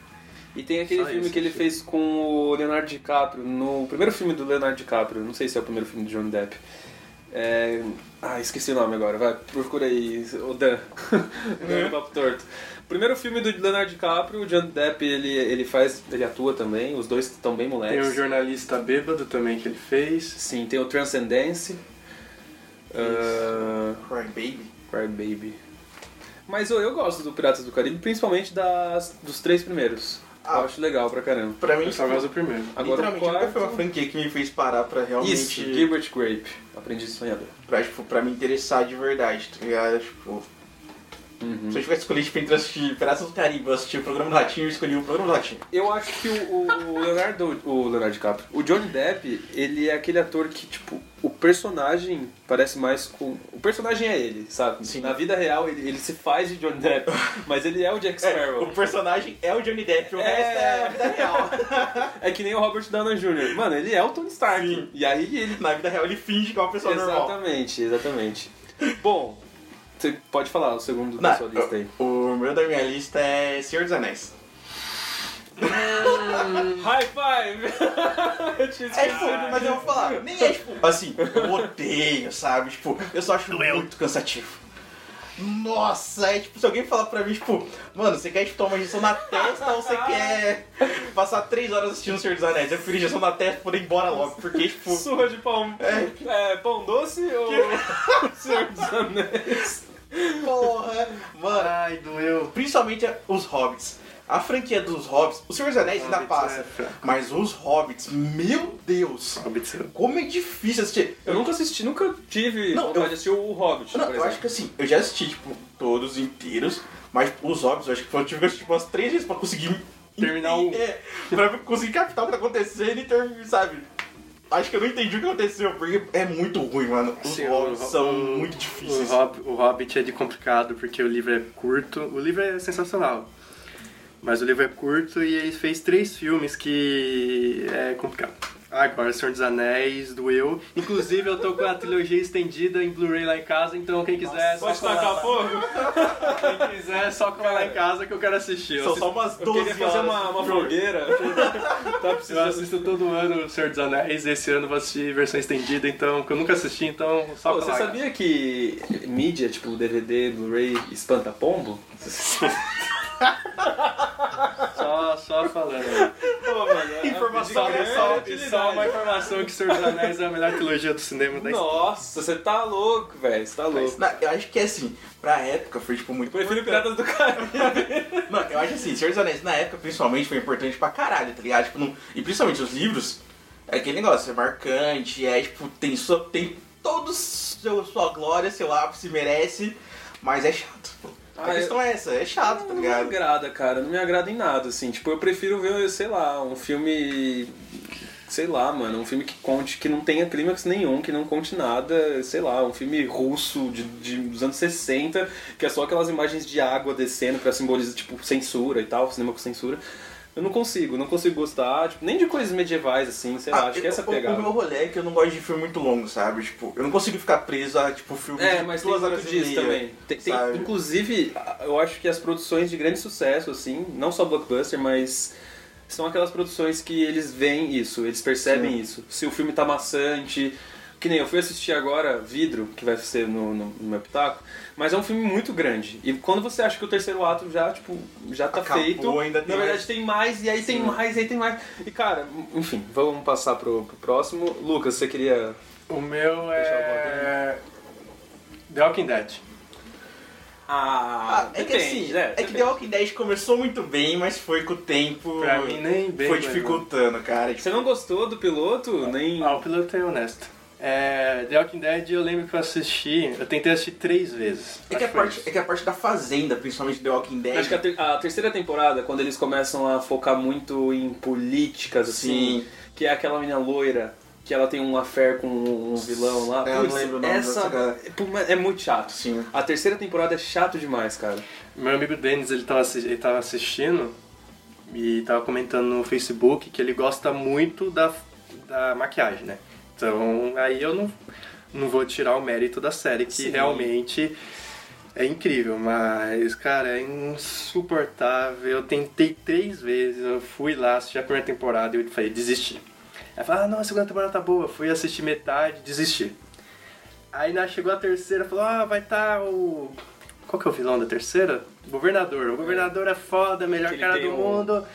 Speaker 2: E tem aquele
Speaker 6: Só
Speaker 2: filme
Speaker 6: esse
Speaker 2: que ele
Speaker 6: filme.
Speaker 2: fez com o Leonardo DiCaprio, no primeiro filme do Leonardo DiCaprio, não sei se é o primeiro filme do Johnny Depp. É... Ah, esqueci o nome agora, vai, procura aí, o Dan, o Dan
Speaker 3: Né?
Speaker 2: do Papo Torto. Primeiro filme do Leonardo DiCaprio, o Johnny Depp, ele, ele faz, ele atua também, os dois estão bem
Speaker 6: Tem
Speaker 3: É.
Speaker 2: moleques.
Speaker 6: um jornalista bêbado também que ele fez.
Speaker 2: Sim, tem o Transcendence. Ah,
Speaker 3: Cry Baby.
Speaker 2: Cry Baby. Mas eu, eu gosto do Piratas do Caribe, principalmente das, dos três primeiros.
Speaker 3: Ah.
Speaker 2: Eu acho legal pra caramba.
Speaker 3: Pra mim, tipo,
Speaker 6: Eu só gosto do primeiro.
Speaker 2: Agora o
Speaker 3: literalmente, nunca foi uma
Speaker 2: quarto...
Speaker 3: franquia que me fez parar pra realmente...
Speaker 2: Isso, Gilbert Grape, Aprendiz Sonhador.
Speaker 3: pra, tipo, pra me interessar de verdade, tá ligado? Tipo, se eu tivesse escolhido, tipo, entre assistir Piratas do Caribe ou assistir o programa do Ratinho, eu escolhi o programa do Ratinho.
Speaker 2: Eu acho que o, o- o Leonardo, o Leonardo DiCaprio, o Johnny Depp, ele é aquele ator que, tipo, o personagem parece mais com... O personagem é ele, sabe?
Speaker 3: Sim.
Speaker 2: Na vida real, ele, ele se faz de Johnny Depp, mas ele é o Jack
Speaker 3: É,
Speaker 2: Sparrow.
Speaker 3: o personagem é o Johnny Depp, o
Speaker 2: É.
Speaker 3: resto é a vida real.
Speaker 2: É que nem o Robert Downey Jr. Mano, ele é o Tony Stark.
Speaker 3: Sim.
Speaker 2: E aí ele.
Speaker 3: Na vida real, ele finge que é uma pessoa normal.
Speaker 2: Exatamente, exatamente. Bom, você pode falar o segundo
Speaker 3: Não,
Speaker 2: da sua lista aí.
Speaker 3: O meu da minha lista é Senhor dos Anéis.
Speaker 2: High five! Eu tinha
Speaker 3: É tipo, mas eu vou falar, nem é tipo, assim, eu odeio, sabe? Tipo, eu só acho muito cansativo. Nossa, é tipo, se alguém falar pra mim, tipo, mano, você quer tipo, tomar injeção na testa ou você quer passar três horas assistindo o Senhor dos Anéis? Eu prefiro injeção na testa e poder ir embora logo, porque, tipo,
Speaker 2: Surra de pão. É, pão doce ou. Senhor dos Anéis?
Speaker 3: porra, mano,
Speaker 6: Ai, doeu.
Speaker 3: principalmente os Hobbits. A franquia dos Hobbits, o Senhor dos Anéis ainda
Speaker 6: Hobbits,
Speaker 3: passa,
Speaker 6: é, fraco.
Speaker 3: mas os Hobbits, meu Deus,
Speaker 6: Hobbit, eu-
Speaker 3: como é difícil assistir.
Speaker 2: Eu nunca assisti, nunca tive
Speaker 3: Não,
Speaker 2: vontade
Speaker 3: eu-
Speaker 2: de assistir o Hobbit,
Speaker 3: Não,
Speaker 2: por
Speaker 3: eu
Speaker 2: exemplo.
Speaker 3: acho que assim, eu já assisti, tipo, todos inteiros, mas tipo, os óbvios, eu acho que eu tive que assistir umas três vezes pra conseguir.
Speaker 6: Terminar
Speaker 2: um.
Speaker 6: o-
Speaker 3: É, pra conseguir captar o que tá acontecendo e ter, sabe? Acho que eu não entendi o que aconteceu, porque é muito ruim, mano. Os
Speaker 6: Sim,
Speaker 3: óbvios
Speaker 6: o-
Speaker 3: são
Speaker 6: o-
Speaker 3: muito
Speaker 6: O,
Speaker 3: difíceis.
Speaker 6: Hob- o Hobbit é de complicado porque o livro é curto. O livro é sensacional. Mas o livro é curto e ele fez três filmes que é complicado. Ah, Agora, Senhor dos Anéis, doeu. Inclusive, eu tô com a trilogia estendida em Blu-ray lá em casa, então quem quiser, é
Speaker 2: Pode
Speaker 6: só colar
Speaker 2: tacar
Speaker 6: lá.
Speaker 2: fogo?
Speaker 6: Quem quiser, é só colar lá em casa que eu quero assistir. Eu
Speaker 3: São
Speaker 6: assisto,
Speaker 3: só umas
Speaker 2: Eu
Speaker 3: 12
Speaker 2: queria fazer
Speaker 3: horas.
Speaker 2: uma, uma fogueira. Tá
Speaker 6: eu
Speaker 2: precisando.
Speaker 6: assisto todo ano o Senhor dos Anéis, esse ano eu vou assistir versão estendida, então, que eu nunca assisti, então só
Speaker 2: Pô,
Speaker 6: colar
Speaker 2: você
Speaker 6: lá.
Speaker 2: sabia que mídia, tipo DVD, Blu-ray, espanta pombo?
Speaker 6: Só, só falando. aí.
Speaker 2: é
Speaker 3: Informação
Speaker 6: E só, e só uma informação que Senhor dos Anéis é a melhor trilogia do cinema da história.
Speaker 2: Nossa, você tá louco, velho. Você tá louco.
Speaker 3: Não, eu acho que assim, pra época foi tipo muito.
Speaker 2: Prefiro Piratas do Caribe.
Speaker 3: Não, eu acho assim, Senhor dos Anéis, na época principalmente foi importante pra caralho, tá ligado? Tipo, não... E principalmente os livros, é aquele negócio, é marcante, é tipo, tem sua. tem toda sua glória, seu ápice merece, mas é chato, pô.
Speaker 2: Ah,
Speaker 3: a
Speaker 2: eu-
Speaker 3: questão é essa, é chato, tá
Speaker 2: Não me
Speaker 3: ligado?
Speaker 2: agrada, cara. Não me agrada em nada, assim. Tipo, eu prefiro ver, sei lá, um filme. Sei lá, mano, um filme que conte, que não tenha clímax nenhum, que não conte nada, sei lá, um filme russo de, de- dos anos 60, que é só aquelas imagens de água descendo pra simbolizar, tipo, censura e tal, cinema com censura. Eu não consigo, não consigo gostar, tipo, nem de coisas medievais, assim, sei lá, acho que é
Speaker 3: Ah, eu-
Speaker 2: essa a
Speaker 3: o-
Speaker 2: pegada.
Speaker 3: O meu rolê é que eu não gosto de filme muito longo, sabe? Tipo, eu não consigo ficar preso a, tipo, filme
Speaker 2: É,
Speaker 3: de
Speaker 2: mas tem
Speaker 3: duas
Speaker 2: muito
Speaker 3: horas e
Speaker 2: disso
Speaker 3: meia,
Speaker 2: também. Tem- tem-
Speaker 3: sabe?
Speaker 2: inclusive, eu acho que as produções de grande sucesso, assim, não só blockbuster, mas são aquelas produções que eles veem isso, eles percebem isso. Se o filme tá maçante. Que nem eu fui assistir agora Vidro, que vai ser no, no, no meu pitaco, mas é um filme muito grande. E quando você acha que o terceiro ato já, tipo, já tá
Speaker 3: Acabou,
Speaker 2: feito,
Speaker 3: ainda
Speaker 2: na
Speaker 3: tem
Speaker 2: verdade
Speaker 3: mais.
Speaker 2: tem mais, e aí tem mais, e aí tem mais. E cara, enfim, vamos passar pro, pro próximo. Lucas, você queria
Speaker 6: O meu
Speaker 2: Deixa
Speaker 6: é. The Walking Dead.
Speaker 2: Ah,
Speaker 3: Ah, é que assim,
Speaker 2: né,
Speaker 3: é que The Walking Dead começou muito bem, mas foi com o tempo.
Speaker 6: Pra mim, nem bem,
Speaker 3: Foi
Speaker 6: mas
Speaker 3: dificultando, cara. Tipo,
Speaker 2: Você não gostou do piloto? Nem.
Speaker 6: Ah, o piloto é honesto. É, The Walking Dead eu lembro que eu assisti, eu tentei assistir três vezes.
Speaker 3: é, que
Speaker 6: Acho
Speaker 3: a
Speaker 6: foi
Speaker 3: parte, é que a parte da fazenda, principalmente The Walking Dead.
Speaker 2: Acho que a, ter- a terceira temporada, quando eles começam a focar muito em políticas, assim,
Speaker 3: Sim.
Speaker 2: que é aquela menina loira, que ela tem um affair com um vilão lá.
Speaker 3: É, eu não
Speaker 2: Putz,
Speaker 3: lembro o nome
Speaker 2: essa
Speaker 3: dessa cara.
Speaker 2: Pô, mas é muito chato.
Speaker 3: Sim.
Speaker 2: A terceira temporada é chato demais, cara.
Speaker 6: Meu amigo Denis, ele tava, assi- ele tava assistindo e tava comentando no Facebook que ele gosta muito da, da maquiagem, né? Então aí eu não, não vou tirar o mérito da série, que
Speaker 2: Sim.
Speaker 6: realmente é incrível, mas, cara, é insuportável. Eu tentei três vezes, eu fui lá assistir a primeira temporada e eu falei, desisti. Aí falou, ah, não, a segunda temporada tá boa. Fui assistir metade, desisti. Aí né, chegou a terceira, falou, ah, vai tá o... Qual que é o vilão da terceira? Governador. O governador é foda, melhor
Speaker 2: Ele
Speaker 6: cara
Speaker 2: tem
Speaker 6: do
Speaker 2: um-
Speaker 6: mundo.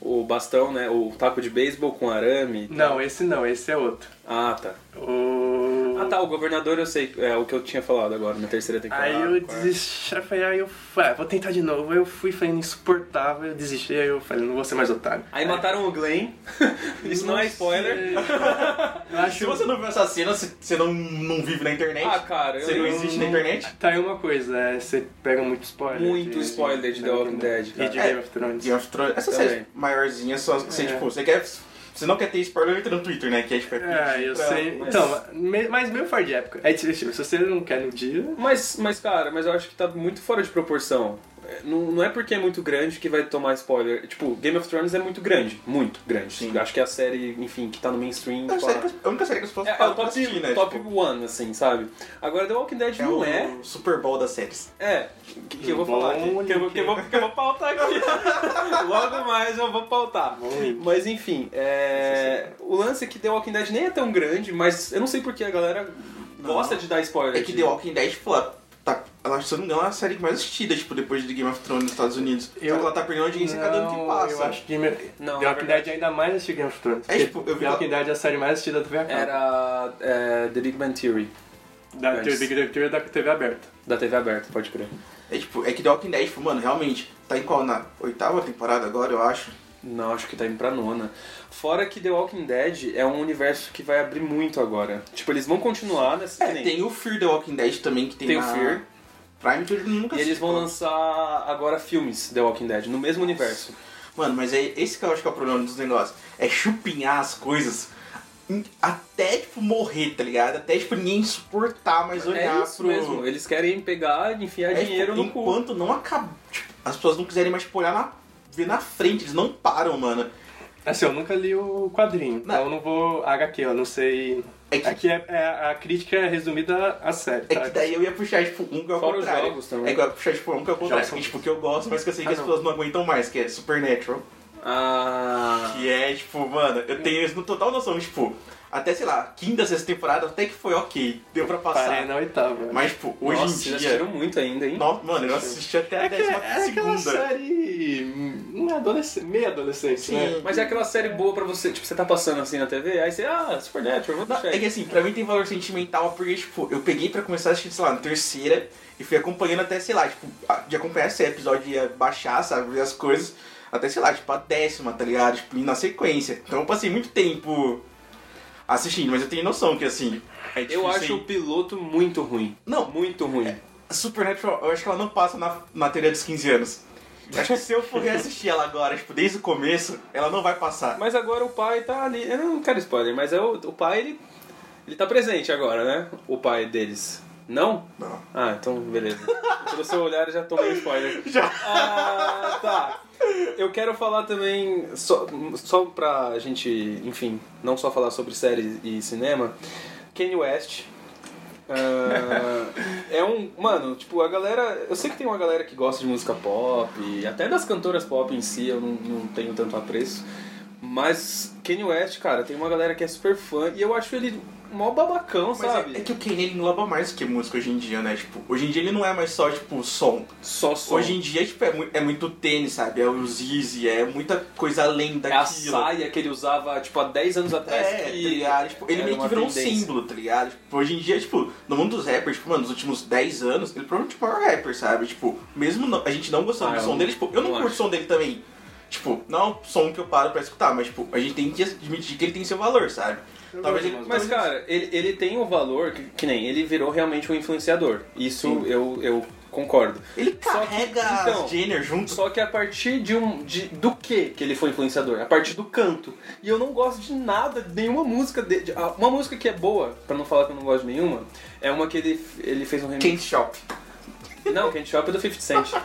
Speaker 2: O bastão, né? O taco de beisebol com arame.
Speaker 6: Não, esse não, esse é outro.
Speaker 2: Ah, tá.
Speaker 6: O...
Speaker 2: Ah, tá. O governador eu sei. É o que eu tinha falado agora na terceira temporada.
Speaker 6: Aí eu
Speaker 2: quarta.
Speaker 6: desisti, aí eu falei, aí eu falei, ah, vou tentar de novo. Aí eu fui, falei, insuportável, eu desisti, aí eu falei, não vou ser mais otário.
Speaker 2: Aí mataram o Glenn. Isso não é spoiler.
Speaker 6: Eu acho...
Speaker 3: Se você não viu essa cena, você você não, não vive na internet?
Speaker 2: Ah, cara, eu
Speaker 3: Você não
Speaker 2: não-
Speaker 3: existe na internet?
Speaker 6: Tá aí uma coisa, é, você pega muito spoiler.
Speaker 2: Muito spoiler de The Walking Dead,
Speaker 6: E de
Speaker 2: cara. É.
Speaker 6: Game of Thrones.
Speaker 3: Game of Thrones. Essas
Speaker 2: Também.
Speaker 3: séries maiorzinhas, só, você,
Speaker 6: É.
Speaker 3: tipo, você quer... Você não quer ter spoiler, entra no Twitter, né? Que é, tipo, é
Speaker 6: É,
Speaker 3: pedir
Speaker 6: eu
Speaker 3: pra-
Speaker 6: sei.
Speaker 3: mas-
Speaker 6: Então, me- mas meio fora de época. É tipo, se você não quer no dia.
Speaker 2: Mas, mas, cara, mas eu acho que tá muito fora de proporção. É, Não, não é porque é muito grande que vai tomar spoiler. Tipo, Game of Thrones é muito grande. Muito grande.
Speaker 3: Sim.
Speaker 2: Eu acho que é a série, enfim, que tá no mainstream.
Speaker 3: É a
Speaker 2: tipo,
Speaker 3: série que as- a única série que as pessoas
Speaker 2: é, é o
Speaker 3: falam pra
Speaker 2: top 1,
Speaker 3: assistir, né?
Speaker 2: top
Speaker 3: tipo,
Speaker 2: one, assim, sabe? Agora, The Walking Dead
Speaker 3: é
Speaker 2: não
Speaker 3: o
Speaker 2: é.
Speaker 6: né?
Speaker 3: Super Bowl das séries.
Speaker 2: É, que, que eu vou
Speaker 6: Bom
Speaker 2: falar aqui. Que eu, vou- que eu vou, que eu vou pautar aqui. Logo mais eu vou pautar.
Speaker 6: tá Bom link.
Speaker 2: Mas enfim, é, o lance é que The Walking Dead nem é tão grande, mas eu não sei porque a galera gosta de dar spoiler.
Speaker 3: É que
Speaker 2: de-
Speaker 3: The Walking Dead, tipo, ela tá. Ela, se eu não me engano, é a série mais assistida, tipo, depois de Game of Thrones nos Estados Unidos. Só que
Speaker 6: Eu-
Speaker 3: ela tá perdendo audiência a cada ano que
Speaker 6: Não,
Speaker 3: passa.
Speaker 6: Eu acho que Game...
Speaker 2: Não,
Speaker 6: The
Speaker 2: na
Speaker 6: Walking Dead ainda mais assistiu Game of Thrones.
Speaker 3: É,
Speaker 6: porque
Speaker 3: tipo, eu vi
Speaker 6: The
Speaker 3: lá-
Speaker 6: Walking Dead é a série mais assistida da TV aberta.
Speaker 2: Era é, The Big Bang Theory,
Speaker 6: Da
Speaker 2: antes.
Speaker 6: The Big Bang Theory da TV aberta.
Speaker 2: da TV aberta, pode crer.
Speaker 3: É tipo, é que The Walking Dead, tipo, mano, realmente, tá em qual? Na oitava temporada agora, eu acho.
Speaker 2: Não, acho que tá indo pra nona. Fora que The Walking Dead é um universo que vai abrir muito agora. Tipo, eles vão continuar nessa. que nem-
Speaker 3: É, Tem o Fear The Walking Dead também, que tem,
Speaker 2: Tem o
Speaker 3: na
Speaker 2: Fear.
Speaker 3: Prime, que eu nunca
Speaker 2: E eles
Speaker 3: assisti,
Speaker 2: vão
Speaker 3: pô.
Speaker 2: lançar agora filmes The Walking Dead, no mesmo universo.
Speaker 3: Mano, mas é esse que eu acho que é o problema dos negócios. É chupinhar as coisas em- até, tipo, morrer, tá ligado? Até, tipo, ninguém suportar mais olhar
Speaker 2: É isso
Speaker 3: pro...
Speaker 2: mesmo, eles querem pegar e enfiar
Speaker 3: É, tipo,
Speaker 2: dinheiro no cu.
Speaker 3: enquanto não acaba... tipo, as pessoas não quiserem mais, tipo, olhar na... Ver na frente, eles não param, mano.
Speaker 6: Assim, eu nunca li o quadrinho, então
Speaker 3: Não.
Speaker 6: eu não vou. HQ, eu não sei.
Speaker 3: É que-
Speaker 6: Aqui é, é- a crítica é resumida a série.
Speaker 3: É
Speaker 6: tá?
Speaker 3: que daí eu ia puxar, tipo, um que é o
Speaker 2: Fora os
Speaker 3: contrário.
Speaker 2: jogos também.
Speaker 3: É que eu ia puxar, tipo, um que é o contrário.
Speaker 6: Jogos
Speaker 3: Que, tipo, que eu gosto, mas que eu sei que
Speaker 6: Ah,
Speaker 3: as
Speaker 6: não.
Speaker 3: pessoas não aguentam mais, que é Supernatural.
Speaker 2: Ah.
Speaker 3: Que é, tipo, mano, eu tenho isso no total noção, tipo, até, sei lá, quinta, sexta temporada, até que foi ok, deu pra passar.
Speaker 6: Parei né? na oitava.
Speaker 3: Mas, tipo, hoje
Speaker 2: Nossa,
Speaker 3: em
Speaker 2: vocês
Speaker 3: dia...
Speaker 2: assistiram muito ainda, hein?
Speaker 3: Nossa, mano, eu assisti até a
Speaker 6: É, que,
Speaker 3: décima
Speaker 6: é aquela
Speaker 3: segunda.
Speaker 6: série. hum, Adolescente, meio adolescente, né?
Speaker 2: Mas é aquela série boa pra você, tipo, você tá passando assim na TV, aí você, ah, Supernatural,
Speaker 3: Não,
Speaker 2: vou deixar
Speaker 3: é que
Speaker 2: aí.
Speaker 3: assim, pra mim tem valor sentimental porque, tipo, eu peguei pra começar a assistir, sei lá, na terceira e fui acompanhando até, sei lá, tipo, a- de acompanhar esse episódio ia baixar, sabe, ver as coisas, até, sei lá, tipo, a décima, tá ligado? Tipo, indo na sequência. Então eu passei muito tempo assistindo, mas eu tenho noção que, assim, é
Speaker 2: Eu
Speaker 3: difícil
Speaker 2: acho o
Speaker 3: aí.
Speaker 2: piloto muito ruim.
Speaker 3: Não.
Speaker 2: Muito ruim.
Speaker 3: Supernatural, eu acho que ela não passa na, na teoria dos 15 anos. Eu acho que se eu for reassistir ela agora, tipo, desde o começo, ela não vai passar.
Speaker 2: Mas agora o pai tá ali. Eu não quero spoiler, mas é o, o pai, ele. Ele tá presente agora, né? O pai deles. Não?
Speaker 3: Não.
Speaker 2: Ah, então beleza. Pelo seu olhar eu já tomei spoiler. Já. Ah, tá. Eu quero falar também, só, só pra gente, enfim, não só falar sobre séries e cinema, Kanye West. ah, é um. Mano, tipo, a galera. Eu sei que tem uma galera que gosta de música pop, e até das cantoras pop em si, eu não, não tenho tanto apreço. Mas Kanye West, cara, tem uma galera que é super fã e eu acho ele mó babacão,
Speaker 3: Mas
Speaker 2: sabe?
Speaker 3: é, é que o Kanye ele engloba mais do que música hoje em dia, né? Tipo, hoje em dia ele não é mais só, tipo, som.
Speaker 2: Só som.
Speaker 3: Hoje em dia, tipo, é, mu- é muito tênis, sabe? É o Zizi, é muita coisa além
Speaker 2: É a
Speaker 3: daquilo.
Speaker 2: saia que ele usava, tipo, há 10 anos atrás.
Speaker 3: Tá É, tá
Speaker 2: que
Speaker 3: ligado? Tipo, ele
Speaker 2: era
Speaker 3: meio que
Speaker 2: uma
Speaker 3: virou um
Speaker 2: tendência.
Speaker 3: símbolo, tá ligado? Tipo, hoje em dia, tipo, no mundo dos rappers, tipo, mano, nos últimos 10 anos, ele provavelmente é o maior rapper, sabe? Tipo, mesmo não- a gente não gostando
Speaker 2: Ah,
Speaker 3: do
Speaker 2: eu
Speaker 3: som
Speaker 2: não-
Speaker 3: dele, tipo, eu não,
Speaker 2: não
Speaker 3: curto
Speaker 2: acho.
Speaker 3: o som dele também. Tipo, não é um som que eu paro pra escutar, mas, tipo, a gente tem que admitir que ele tem seu valor, sabe? né? Talvez ele...
Speaker 2: Mas, cara, ele, ele tem o valor que, que nem ele virou realmente um influenciador. Isso eu, eu concordo.
Speaker 3: Ele
Speaker 2: Só que-
Speaker 3: carrega
Speaker 2: então,
Speaker 3: as Jenner junto.
Speaker 2: Só que a partir de um. De, do que que ele foi influenciador? A partir do canto. E eu não gosto de nada, de nenhuma música dele. De, ah, uma música que é boa, pra não falar que eu não gosto de nenhuma, é uma que ele, ele fez um remix.
Speaker 3: Can't Shop.
Speaker 2: Não, Candy Shop é do 50 Cent.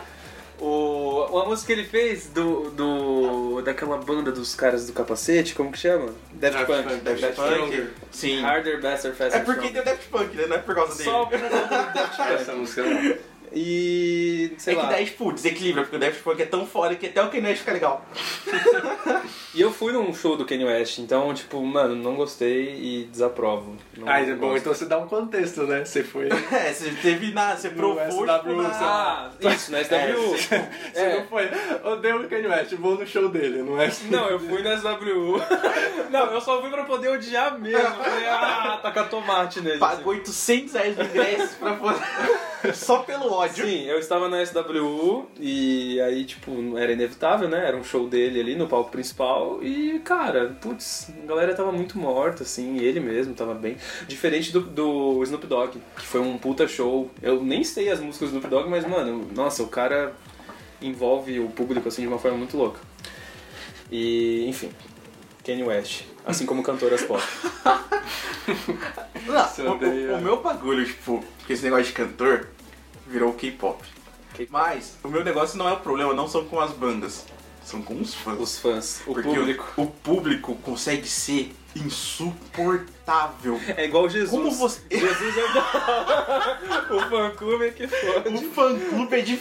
Speaker 2: O, uma música que ele fez do, do. daquela banda dos caras do capacete, como que chama? Daft
Speaker 6: Daft
Speaker 2: Punk.
Speaker 6: Punk.
Speaker 3: Daft
Speaker 2: Daft
Speaker 3: Punk. Sim.
Speaker 2: Harder, Faster, Faster.
Speaker 3: É porque tem o Daft Punk, né? Não é por causa dele.
Speaker 2: Só por conta do Daft
Speaker 6: Essa
Speaker 2: Punk.
Speaker 6: música não.
Speaker 2: E. sei
Speaker 3: é
Speaker 2: lá.
Speaker 3: que daí, tipo, desequilibra, porque o Daft Punk é tão foda que até o Kanye West fica legal.
Speaker 2: E eu fui num show do Kanye West, então, tipo, mano, não gostei e desaprovo. Não
Speaker 6: Ah, é bom,
Speaker 2: gosto.
Speaker 6: então você dá um contexto, né? Você foi.
Speaker 3: É, você teve na, você provou, tipo,
Speaker 6: SW,
Speaker 3: na-
Speaker 6: sei lá.
Speaker 2: Ah, isso, na SWU.
Speaker 6: Você
Speaker 2: É.
Speaker 6: não foi. Odeio o Kanye West, vou no show dele, não é?
Speaker 2: Não, eu fui na SWU. Não, eu só fui pra poder odiar mesmo. Falei, ah, tacar tomate nele. assim.
Speaker 3: Pagou 800 reais de ingresso pra poder... Só pelo ódio.
Speaker 2: Sim, eu estava na SWU e aí, tipo, era inevitável, né? Era um show dele ali no palco principal e, cara, putz, a galera tava muito morta, assim, e ele mesmo tava bem. Diferente do, do Snoop Dogg, que foi um puta show. Eu nem sei as músicas do Snoop Dogg, mas, mano, nossa, o cara envolve o público, assim, de uma forma muito louca. E, enfim, Kanye West, assim como cantoras pop.
Speaker 3: Não,
Speaker 6: Você
Speaker 3: o,
Speaker 6: odeia.
Speaker 2: é.
Speaker 3: o- o meu bagulho, tipo, porque esse negócio de cantor virou K-pop.
Speaker 2: K-pop.
Speaker 3: Mas o meu negócio não é o problema, não são com as bandas. São com os fãs.
Speaker 2: Os fãs, o
Speaker 3: Porque
Speaker 2: público.
Speaker 3: O, público consegue ser insuportável.
Speaker 2: É igual Jesus.
Speaker 3: Como você...
Speaker 2: Jesus é igual. o fã-clube é que foda.
Speaker 3: O fã clube é de.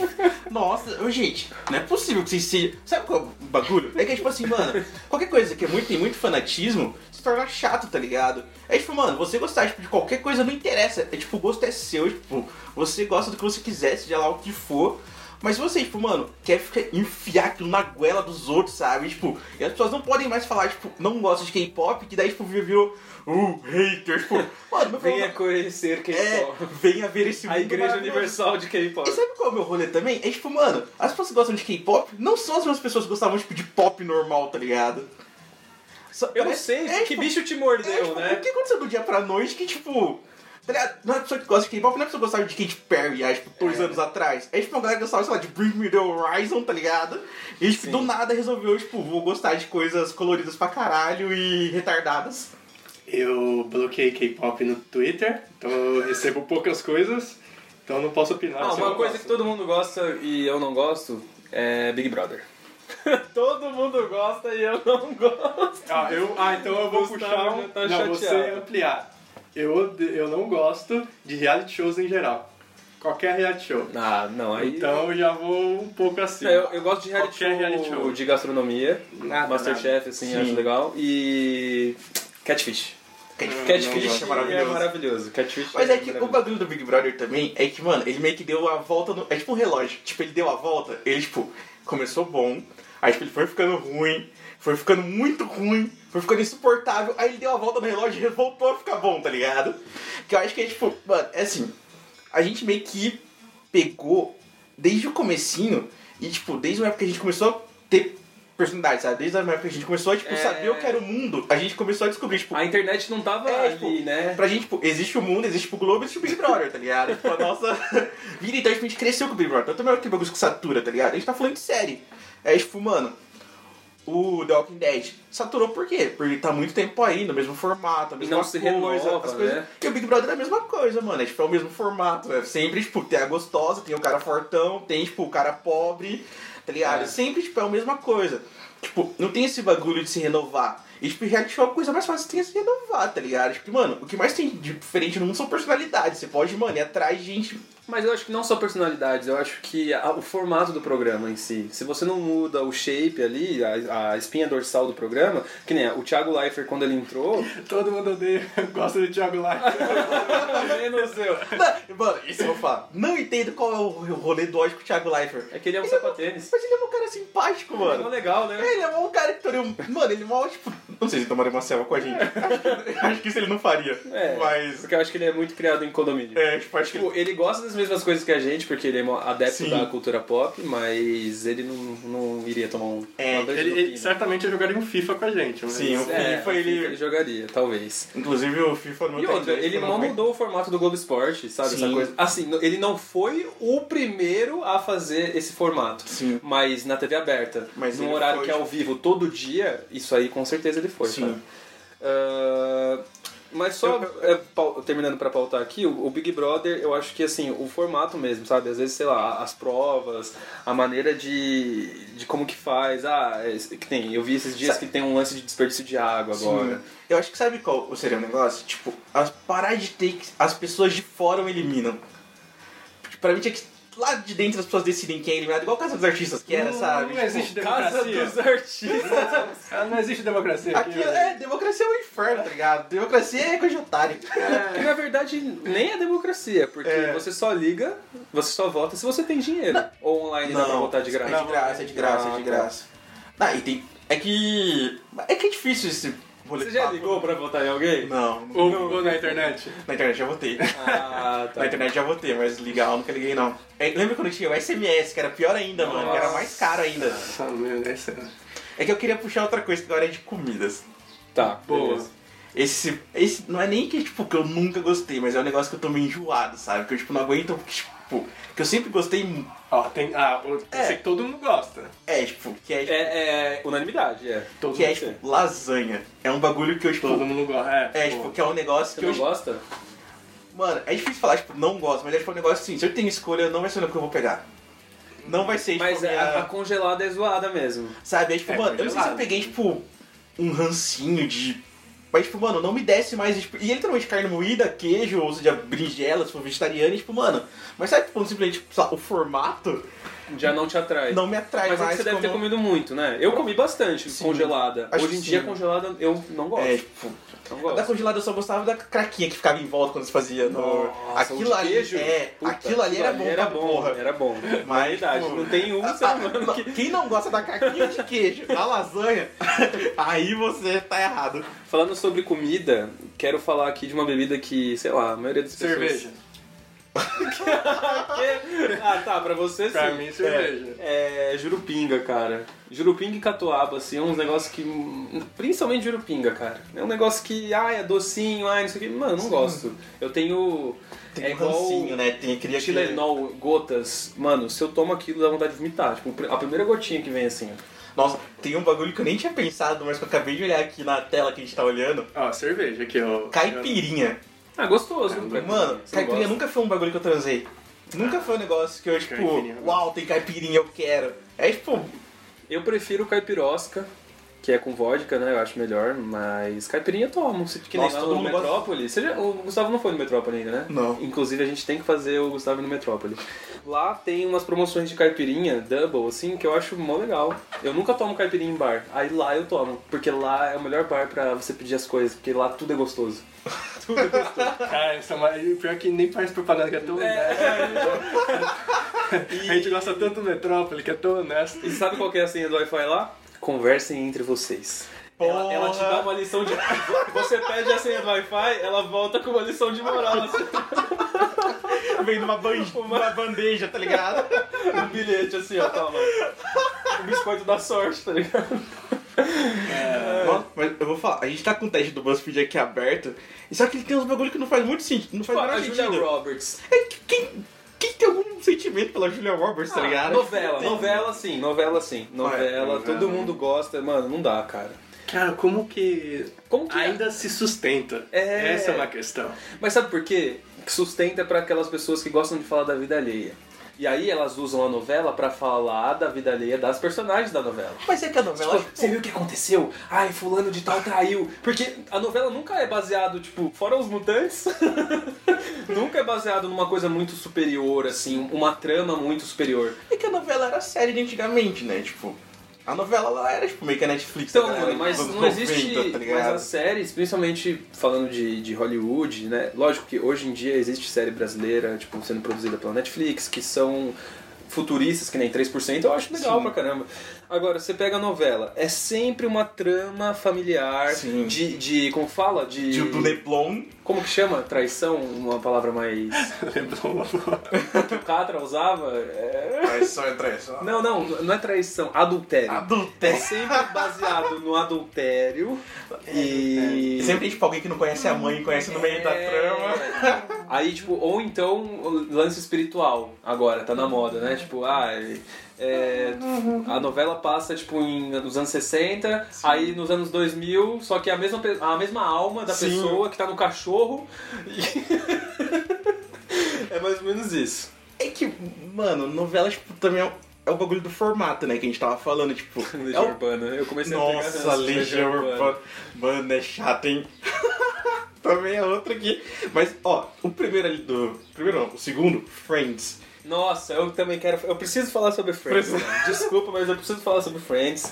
Speaker 3: Nossa, ô, gente, não é possível que vocês sejam. Sabe qual é o bagulho? É que é tipo assim, mano, qualquer coisa que é muito, tem muito fanatismo se torna chato, tá ligado? É tipo, mano, você gostar tipo, de qualquer coisa não interessa. É tipo, o gosto é seu, tipo, você gosta do que você quiser, seja lá o que for. Mas se você, tipo, mano, quer ficar- enfiar aquilo na goela dos outros, sabe? Tipo, e as pessoas não podem mais falar, tipo, não gosto de K-pop, que daí, tipo, virou. Uh, hater, tipo, mano, meu
Speaker 2: Venha
Speaker 3: problema
Speaker 2: conhecer quem
Speaker 3: é,
Speaker 2: for.
Speaker 3: venha ver esse mundo
Speaker 2: A Igreja
Speaker 3: maravilhoso.
Speaker 2: Universal de K-pop.
Speaker 3: E sabe qual é o meu rolê também? É tipo, mano, as pessoas que gostam de K-pop não são as mesmas pessoas que gostavam tipo, de pop normal, tá ligado? Só-
Speaker 2: Eu não
Speaker 3: parece-
Speaker 2: sei,
Speaker 3: é,
Speaker 2: que
Speaker 3: tipo,
Speaker 2: bicho te
Speaker 3: é,
Speaker 2: mordeu,
Speaker 3: tipo, O
Speaker 2: né?
Speaker 3: que aconteceu do dia pra noite que, tipo. Tá ligado? Não é pessoa que gosta de K-pop, não é pessoa que gostava de Katy Perry há, tipo, dois anos atrás. É tipo uma galera que gostava, sei lá, de Bring Me The Horizon, tá ligado? E, tipo, do nada resolveu, tipo, vou gostar de coisas coloridas pra caralho e retardadas.
Speaker 6: Eu bloqueei K-pop no Twitter, então eu recebo poucas coisas, então eu não posso opinar.
Speaker 2: Ah,
Speaker 6: se eu
Speaker 2: uma
Speaker 6: não
Speaker 2: coisa que
Speaker 6: gosto.
Speaker 2: todo mundo gosta e eu não gosto é Big Brother. todo mundo gosta e eu não gosto.
Speaker 6: Ah, eu, ah, então eu vou
Speaker 2: Gustavo
Speaker 6: puxar.
Speaker 2: já
Speaker 6: Um...
Speaker 2: tá
Speaker 6: não, você
Speaker 2: chateado.
Speaker 6: ampliar. Eu, ode- eu não gosto de reality shows em geral. Qualquer reality show.
Speaker 2: Ah, não, aí.
Speaker 6: Então eu já vou um pouco acima.
Speaker 2: Não, É, eu, eu gosto de reality
Speaker 6: Qualquer
Speaker 2: show,
Speaker 6: reality show.
Speaker 2: de gastronomia,
Speaker 6: Nada,
Speaker 2: Masterchef, assim,
Speaker 3: Sim.
Speaker 2: acho legal. E. Catfish.
Speaker 6: Não, não
Speaker 2: Catfish
Speaker 6: gosto.
Speaker 3: é maravilhoso.
Speaker 2: É maravilhoso. Catfish
Speaker 3: Mas é que o
Speaker 2: maravilhoso.
Speaker 3: bagulho do Big Brother também é que, mano, ele meio que deu a volta no. É tipo um relógio. Tipo, ele deu a volta, ele, tipo, começou bom, aí, tipo, ele foi ficando ruim, foi ficando muito ruim, foi ficando insuportável, aí ele deu a volta no relógio e voltou a ficar bom, tá ligado? Que eu acho que é tipo, mano, é assim, a gente meio que pegou desde o comecinho e, tipo, desde a época que a gente começou a ter personalidade, sabe? Desde a época que a gente começou a, tipo,
Speaker 2: É.
Speaker 3: saber o que era o mundo, a gente começou a descobrir, tipo,
Speaker 2: A internet não tava
Speaker 3: É,
Speaker 2: ali,
Speaker 3: tipo,
Speaker 2: né?
Speaker 3: Pra gente, tipo, existe o mundo, existe tipo, o Globo, existe o Big Brother, tá ligado? Tipo, a nossa vida, então tipo, a gente cresceu com o Big Brother. Então também é aquele bagulho que satura, tá ligado? A gente tá falando de série. É tipo, mano, o The Walking Dead saturou por quê? Porque tá muito tempo aí, no mesmo formato, a mesma
Speaker 2: não
Speaker 3: coisa.
Speaker 2: se renova,
Speaker 3: as coisas-
Speaker 2: né?
Speaker 3: E o Big Brother é a mesma coisa, mano. É tipo, é o mesmo formato. É sempre, tipo, tem a gostosa, tem o cara fortão, tem, tipo, o cara pobre, tá ligado?
Speaker 2: É.
Speaker 3: Sempre, tipo, é a mesma coisa. Tipo, não tem esse bagulho de se renovar. E, tipo, reality show é a coisa mais fácil que tem é se renovar, tá ligado? Tipo, mano, o que mais tem de diferente no mundo são personalidades. Você pode, mano, ir atrás de gente.
Speaker 2: Mas eu acho que não só personalidades, eu acho que a- o formato do programa em si. Se você não muda o shape ali, a, a espinha dorsal do programa, que nem o Thiago Leifert quando ele entrou.
Speaker 6: Todo mundo odeia, gosta do Thiago Life.
Speaker 2: menos eu.
Speaker 3: Não, mano, isso eu vou falar. Não entendo qual é o rolê do ódio com o Thiago Leifert.
Speaker 2: É que ele é um sapatênis.
Speaker 3: Mas ele é um cara simpático,
Speaker 2: Mano,
Speaker 3: mano.
Speaker 2: legal, né?
Speaker 3: Ele é um cara que tomaria um... Mano, ele é mal, tipo... Não sei se ele tomaria uma selva com a gente. Acho que, acho que isso ele não faria.
Speaker 2: É,
Speaker 3: Mas...
Speaker 2: porque eu acho que ele é muito criado em condomínio.
Speaker 3: É, tipo, acho que...
Speaker 2: Tipo, ele gosta das mesmas coisas que a gente, porque ele é um adepto
Speaker 3: Sim.
Speaker 2: da cultura pop, mas ele não, não iria tomar um...
Speaker 3: É,
Speaker 2: uma dor de
Speaker 6: Ele, ele
Speaker 2: lupina.
Speaker 6: certamente jogaria um FIFA com a gente. Mas...
Speaker 3: Sim, o
Speaker 2: É,
Speaker 3: FIFA, ele...
Speaker 2: ele jogaria, talvez.
Speaker 3: Inclusive, o FIFA não
Speaker 2: E
Speaker 3: tem
Speaker 2: outra,
Speaker 3: inglês,
Speaker 2: ele
Speaker 3: eu
Speaker 2: não
Speaker 3: aguento.
Speaker 2: mudou o formato do Globo Esporte, sabe? Essa
Speaker 3: Sim.
Speaker 2: coisa. Assim, no- ele não foi o primeiro a fazer esse formato.
Speaker 3: Sim.
Speaker 2: Mas na TV aberta,
Speaker 3: Mas
Speaker 2: num
Speaker 3: ele
Speaker 2: horário
Speaker 3: foi. tipo,
Speaker 2: que é ao vivo todo dia, isso aí com certeza ele foi,
Speaker 3: Sim.
Speaker 2: sabe? Ah, mas só é, pau- terminando pra pautar aqui, o, o Big Brother, eu acho que assim, o formato mesmo, sabe? Às vezes, sei lá, as provas, a maneira de, de como que faz. Ah, é, que tem, eu vi esses dias que tem um lance de desperdício de água agora.
Speaker 3: Sim. Eu acho que sabe qual seria o negócio? Tipo, as parar de ter que. As pessoas de fora o eliminam. Tipo, Pra mim tinha que. Lá de dentro as pessoas decidem quem é eliminado, igual a Casa dos Artistas que era,
Speaker 6: Não,
Speaker 3: sabe?
Speaker 6: Não
Speaker 3: Tipo,
Speaker 6: existe
Speaker 2: Casa
Speaker 6: democracia.
Speaker 2: dos Artistas.
Speaker 6: Ah, Não existe democracia aqui.
Speaker 3: Aqui
Speaker 2: né?
Speaker 3: é, democracia é um inferno, tá ligado? Democracia é coisa de otário.
Speaker 2: Que na verdade nem é democracia, porque
Speaker 3: É.
Speaker 2: você só liga, você só vota se você tem dinheiro. Ou online dá pra votar de graça.
Speaker 3: É de graça, é de graça, é de graça. Ah, e tem. É que. É que é difícil esse rolê.
Speaker 2: Você já
Speaker 3: papo. né?
Speaker 2: ligou pra votar em alguém?
Speaker 3: Não, não.
Speaker 6: Ou, ou na internet.
Speaker 3: Na internet já votei.
Speaker 2: Ah, tá.
Speaker 3: Na internet já votei, mas ligar eu nunca liguei não. É, lembra quando tinha o SMS, que era pior ainda, mano, que era mais caro ainda.
Speaker 6: Nossa, meu, essa...
Speaker 3: É que eu queria puxar outra coisa que agora é de comidas.
Speaker 2: Tá,
Speaker 6: Boa.
Speaker 2: beleza.
Speaker 3: Esse, esse não é nem que, tipo, que eu nunca gostei, mas é um negócio que eu tô meio enjoado, sabe? Que eu, tipo, não aguento, tipo, que eu sempre gostei, mu-
Speaker 6: Ó, tem... Ah, eu sei que todo mundo gosta.
Speaker 3: é, tipo, que é,
Speaker 2: É, é unanimidade, é.
Speaker 6: Todo
Speaker 3: que é,
Speaker 6: mundo,
Speaker 3: tipo, lasanha. É um bagulho que eu, tipo,
Speaker 6: todo mundo gosta. É,
Speaker 3: é,
Speaker 6: pô.
Speaker 3: tipo, que é um negócio
Speaker 2: Você
Speaker 3: que eu,
Speaker 2: não gosta?
Speaker 3: mano, é difícil falar, tipo, não gosto, mas é, tipo, um negócio assim, se eu tenho escolha, não vai ser o que eu vou pegar. Não vai ser, tipo,
Speaker 2: Mas
Speaker 3: minha-
Speaker 2: a, a congelada é zoada mesmo.
Speaker 3: Sabe? Aí, tipo,
Speaker 6: É,
Speaker 3: mano, eu não sei se eu
Speaker 6: congelado.
Speaker 3: peguei, tipo, um rancinho de. Mas, tipo, mano, não me desce mais. E, tipo, e ele também de carne moída, queijo, ou seja, berinjela, se for vegetariana, e, tipo, mano. Mas sabe, tipo, simplesmente, tipo, sei lá, o formato
Speaker 2: Já Um não te atrai.
Speaker 3: não me atrai
Speaker 2: Mas é que
Speaker 3: mais.
Speaker 2: você deve ter
Speaker 3: como-
Speaker 2: comido muito, né? Eu comi bastante
Speaker 3: Sim.
Speaker 2: congelada.
Speaker 3: Acho
Speaker 2: Hoje em
Speaker 3: que
Speaker 2: dia,
Speaker 3: sim.
Speaker 2: congelada eu não gosto.
Speaker 3: É, tipo,
Speaker 2: não
Speaker 3: da
Speaker 2: gosto.
Speaker 3: congelada eu só gostava da craquinha que ficava em volta quando você fazia no.
Speaker 2: Nossa, o
Speaker 3: aquilo
Speaker 2: de
Speaker 3: ali.
Speaker 2: queijo?
Speaker 3: É,
Speaker 2: Puta,
Speaker 3: aquilo ali era bom,
Speaker 2: Era
Speaker 3: pra
Speaker 2: bom,
Speaker 3: porra.
Speaker 2: era bom.
Speaker 3: Mas,
Speaker 2: Verdade,
Speaker 3: tipo,
Speaker 2: não tem um ser humano que...
Speaker 3: Quem não gosta da craquinha de queijo, da lasanha, aí você tá errado.
Speaker 2: Falando sobre comida, quero falar aqui de uma bebida que, sei lá, a maioria das
Speaker 6: Cerveja.
Speaker 2: pessoas... Cerveja. ah, tá, pra você
Speaker 6: Pra
Speaker 2: sim.
Speaker 6: mim, cerveja.
Speaker 2: É, jurupinga, cara. Jurupinga e catuaba, assim, é uns negócios que... Principalmente jurupinga, cara. É um negócio que, ai, é docinho, ai, não sei o que. Mano, não gosto. Eu tenho...
Speaker 3: Tem
Speaker 2: é
Speaker 3: um
Speaker 2: igual
Speaker 3: rancinho, né? Tem aquele aquele-
Speaker 2: Tilenol, gotas. Mano, se eu tomo aquilo, dá vontade de vomitar. Tipo, a primeira gotinha que vem, assim.
Speaker 3: Nossa, tem um bagulho que eu nem tinha pensado, mas que eu acabei de olhar aqui na tela que a gente tá olhando.
Speaker 6: Ó, cerveja aqui, ó.
Speaker 3: Caipirinha.
Speaker 2: Ah, gostoso. pra-
Speaker 3: É, Mano,
Speaker 2: Você não
Speaker 3: caipirinha
Speaker 2: gosta?
Speaker 3: nunca foi um bagulho que eu transei. Nunca foi um negócio que eu, tipo,
Speaker 6: Caipirinha.
Speaker 3: uau, tem caipirinha, eu quero. É tipo,
Speaker 2: Eu prefiro caipirosca. que é com vodka, né? Eu acho melhor, mas caipirinha eu tomo, se que nem
Speaker 3: Nossa,
Speaker 2: lá
Speaker 3: todo
Speaker 2: no
Speaker 3: mundo gosta-
Speaker 2: Metrópole. Você já- o Gustavo não foi no Metrópole ainda, né?
Speaker 3: Não.
Speaker 2: Inclusive a gente tem que fazer o Gustavo no Metrópole. Lá tem umas promoções de caipirinha, double, assim, que eu acho mó legal. Eu nunca tomo caipirinha em bar, aí lá eu tomo, porque lá é o melhor bar pra você pedir as coisas, porque lá tudo é gostoso. tudo é gostoso.
Speaker 6: Cara, isso é uma... e pior que nem faz propaganda que é tão honesta. A gente gosta tanto do Metrópole que é tão honesto.
Speaker 2: E sabe qual que é a senha do Wi-Fi lá? Conversem entre vocês. Ela, ela te dá uma lição de. Você pede a senha do Wi-Fi, ela volta com uma lição de moral. assim.
Speaker 3: Vem numa ban- uma bandeja, tá ligado?
Speaker 2: um bilhete assim, ó, toma. O biscoito da sorte, tá ligado?
Speaker 3: Nossa, Mas eu vou falar, a gente tá com o teste do BuzzFeed aqui aberto, e só que ele tem uns bagulho que não faz muito sentido, não faz
Speaker 2: Pô, Tipo, a
Speaker 3: muito
Speaker 2: Julia
Speaker 3: sentido.
Speaker 2: Roberts.
Speaker 3: É que quem, quem tem algum sentimento pela Julia Roberts, tá ligado?
Speaker 2: Ah, novela, novela sim, novela sim. Novela,
Speaker 6: novela.
Speaker 2: todo mundo gosta. Mano, não dá, cara.
Speaker 6: Cara, como que.
Speaker 2: Como que
Speaker 6: ainda se sustenta?
Speaker 2: É.
Speaker 6: Essa é uma questão.
Speaker 2: Mas sabe por quê? Que sustenta pra aquelas pessoas que gostam de falar da vida alheia. E aí elas usam a novela pra falar da vida alheia das personagens da novela.
Speaker 3: Mas é que a novela.
Speaker 2: Tipo, você viu o que aconteceu? Ai, fulano de tal traiu. Porque a novela nunca é baseado, tipo, fora os mutantes, nunca é baseado numa coisa muito superior, assim, uma trama muito superior.
Speaker 3: É que a novela era série de antigamente, né? Tipo, a novela ela era tipo meio que a Netflix.
Speaker 2: Então,
Speaker 3: da galera
Speaker 2: mano, mas
Speaker 3: dos anos
Speaker 2: não existe. assim.
Speaker 3: 90, tá
Speaker 2: mas
Speaker 3: ligado?
Speaker 2: as séries, principalmente falando de, de Hollywood, né? Lógico que hoje em dia existe série brasileira, tipo, sendo produzida pela Netflix, que são futuristas, que nem 3%, eu acho legal
Speaker 3: Sim.
Speaker 2: pra caramba. Agora, você pega a novela, é sempre uma trama familiar
Speaker 3: Sim.
Speaker 2: de, de. Como fala? De.
Speaker 3: Tipo, do Leblon.
Speaker 2: Como que chama? Traição? Uma palavra mais.
Speaker 6: Lembrou uma boa.
Speaker 2: que o Catra usava? É...
Speaker 3: Traição é traição.
Speaker 2: Não, não, não é traição, adultério. É
Speaker 3: Adultério.
Speaker 2: sempre baseado no adultério e.
Speaker 3: E É, sempre tem tipo alguém que não conhece a mãe, conhece no meio da
Speaker 2: É.
Speaker 3: trama.
Speaker 2: trama. Aí, tipo, ou então o lance espiritual agora, tá na moda, né? Tipo, ah, é, a novela passa, tipo, em, nos anos 60, aí nos anos 2000, só que a mesma, pe- a mesma alma da
Speaker 3: Sim.
Speaker 2: pessoa que tá no cachorro. e- é mais ou menos isso.
Speaker 3: É que, mano, novela, tipo, também é o, é o bagulho do formato, né? Que a gente tava falando, tipo. é
Speaker 2: Legião
Speaker 3: o...
Speaker 2: Urbana, eu comecei a pegar
Speaker 3: Nossa,
Speaker 2: ranço de
Speaker 3: Legião Urbana. Mano, é chato, hein? também é outra aqui. Mas, ó, o primeiro ali do. Primeiro não, o segundo, Friends.
Speaker 2: Nossa, eu também quero. Eu preciso falar sobre Friends.
Speaker 3: Preciso.
Speaker 2: cara. Desculpa, mas eu preciso falar sobre Friends.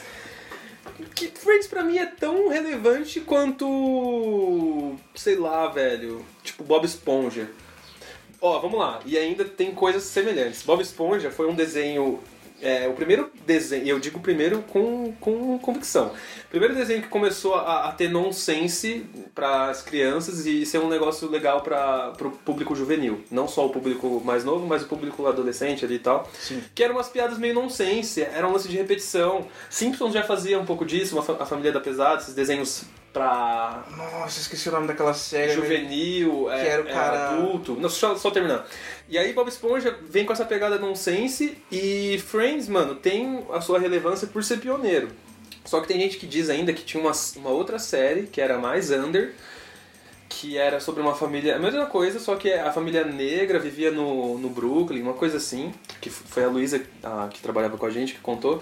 Speaker 2: Que Friends pra mim é tão relevante quanto. sei lá, velho. Tipo Bob Esponja. Ó, vamos lá. E ainda tem coisas semelhantes. Bob Esponja foi um desenho. É, o primeiro desenho, e eu digo primeiro com, com convicção. O primeiro desenho que começou a, a ter nonsense para as crianças e ser um negócio legal para o público juvenil. Não só o público mais novo, mas o público adolescente ali e tal. Que eram umas piadas meio nonsense, era um lance de repetição. Simpsons já fazia um pouco disso, uma fa- a Família da Pesada, esses desenhos pra
Speaker 3: Nossa, esqueci o nome daquela série. né?
Speaker 2: juvenil, é,
Speaker 3: Que era o
Speaker 2: é
Speaker 3: cara-
Speaker 2: adulto. Não, só, só terminar. E aí Bob Esponja vem com essa pegada nonsense e Friends, mano, tem a sua relevância por ser pioneiro. Só que tem gente que diz ainda que tinha uma, uma outra série que era mais under, que era sobre uma família. A mesma coisa, só que a família negra vivia no, no Brooklyn, uma coisa assim. Que f- foi a Luísa a, que trabalhava com a gente que contou.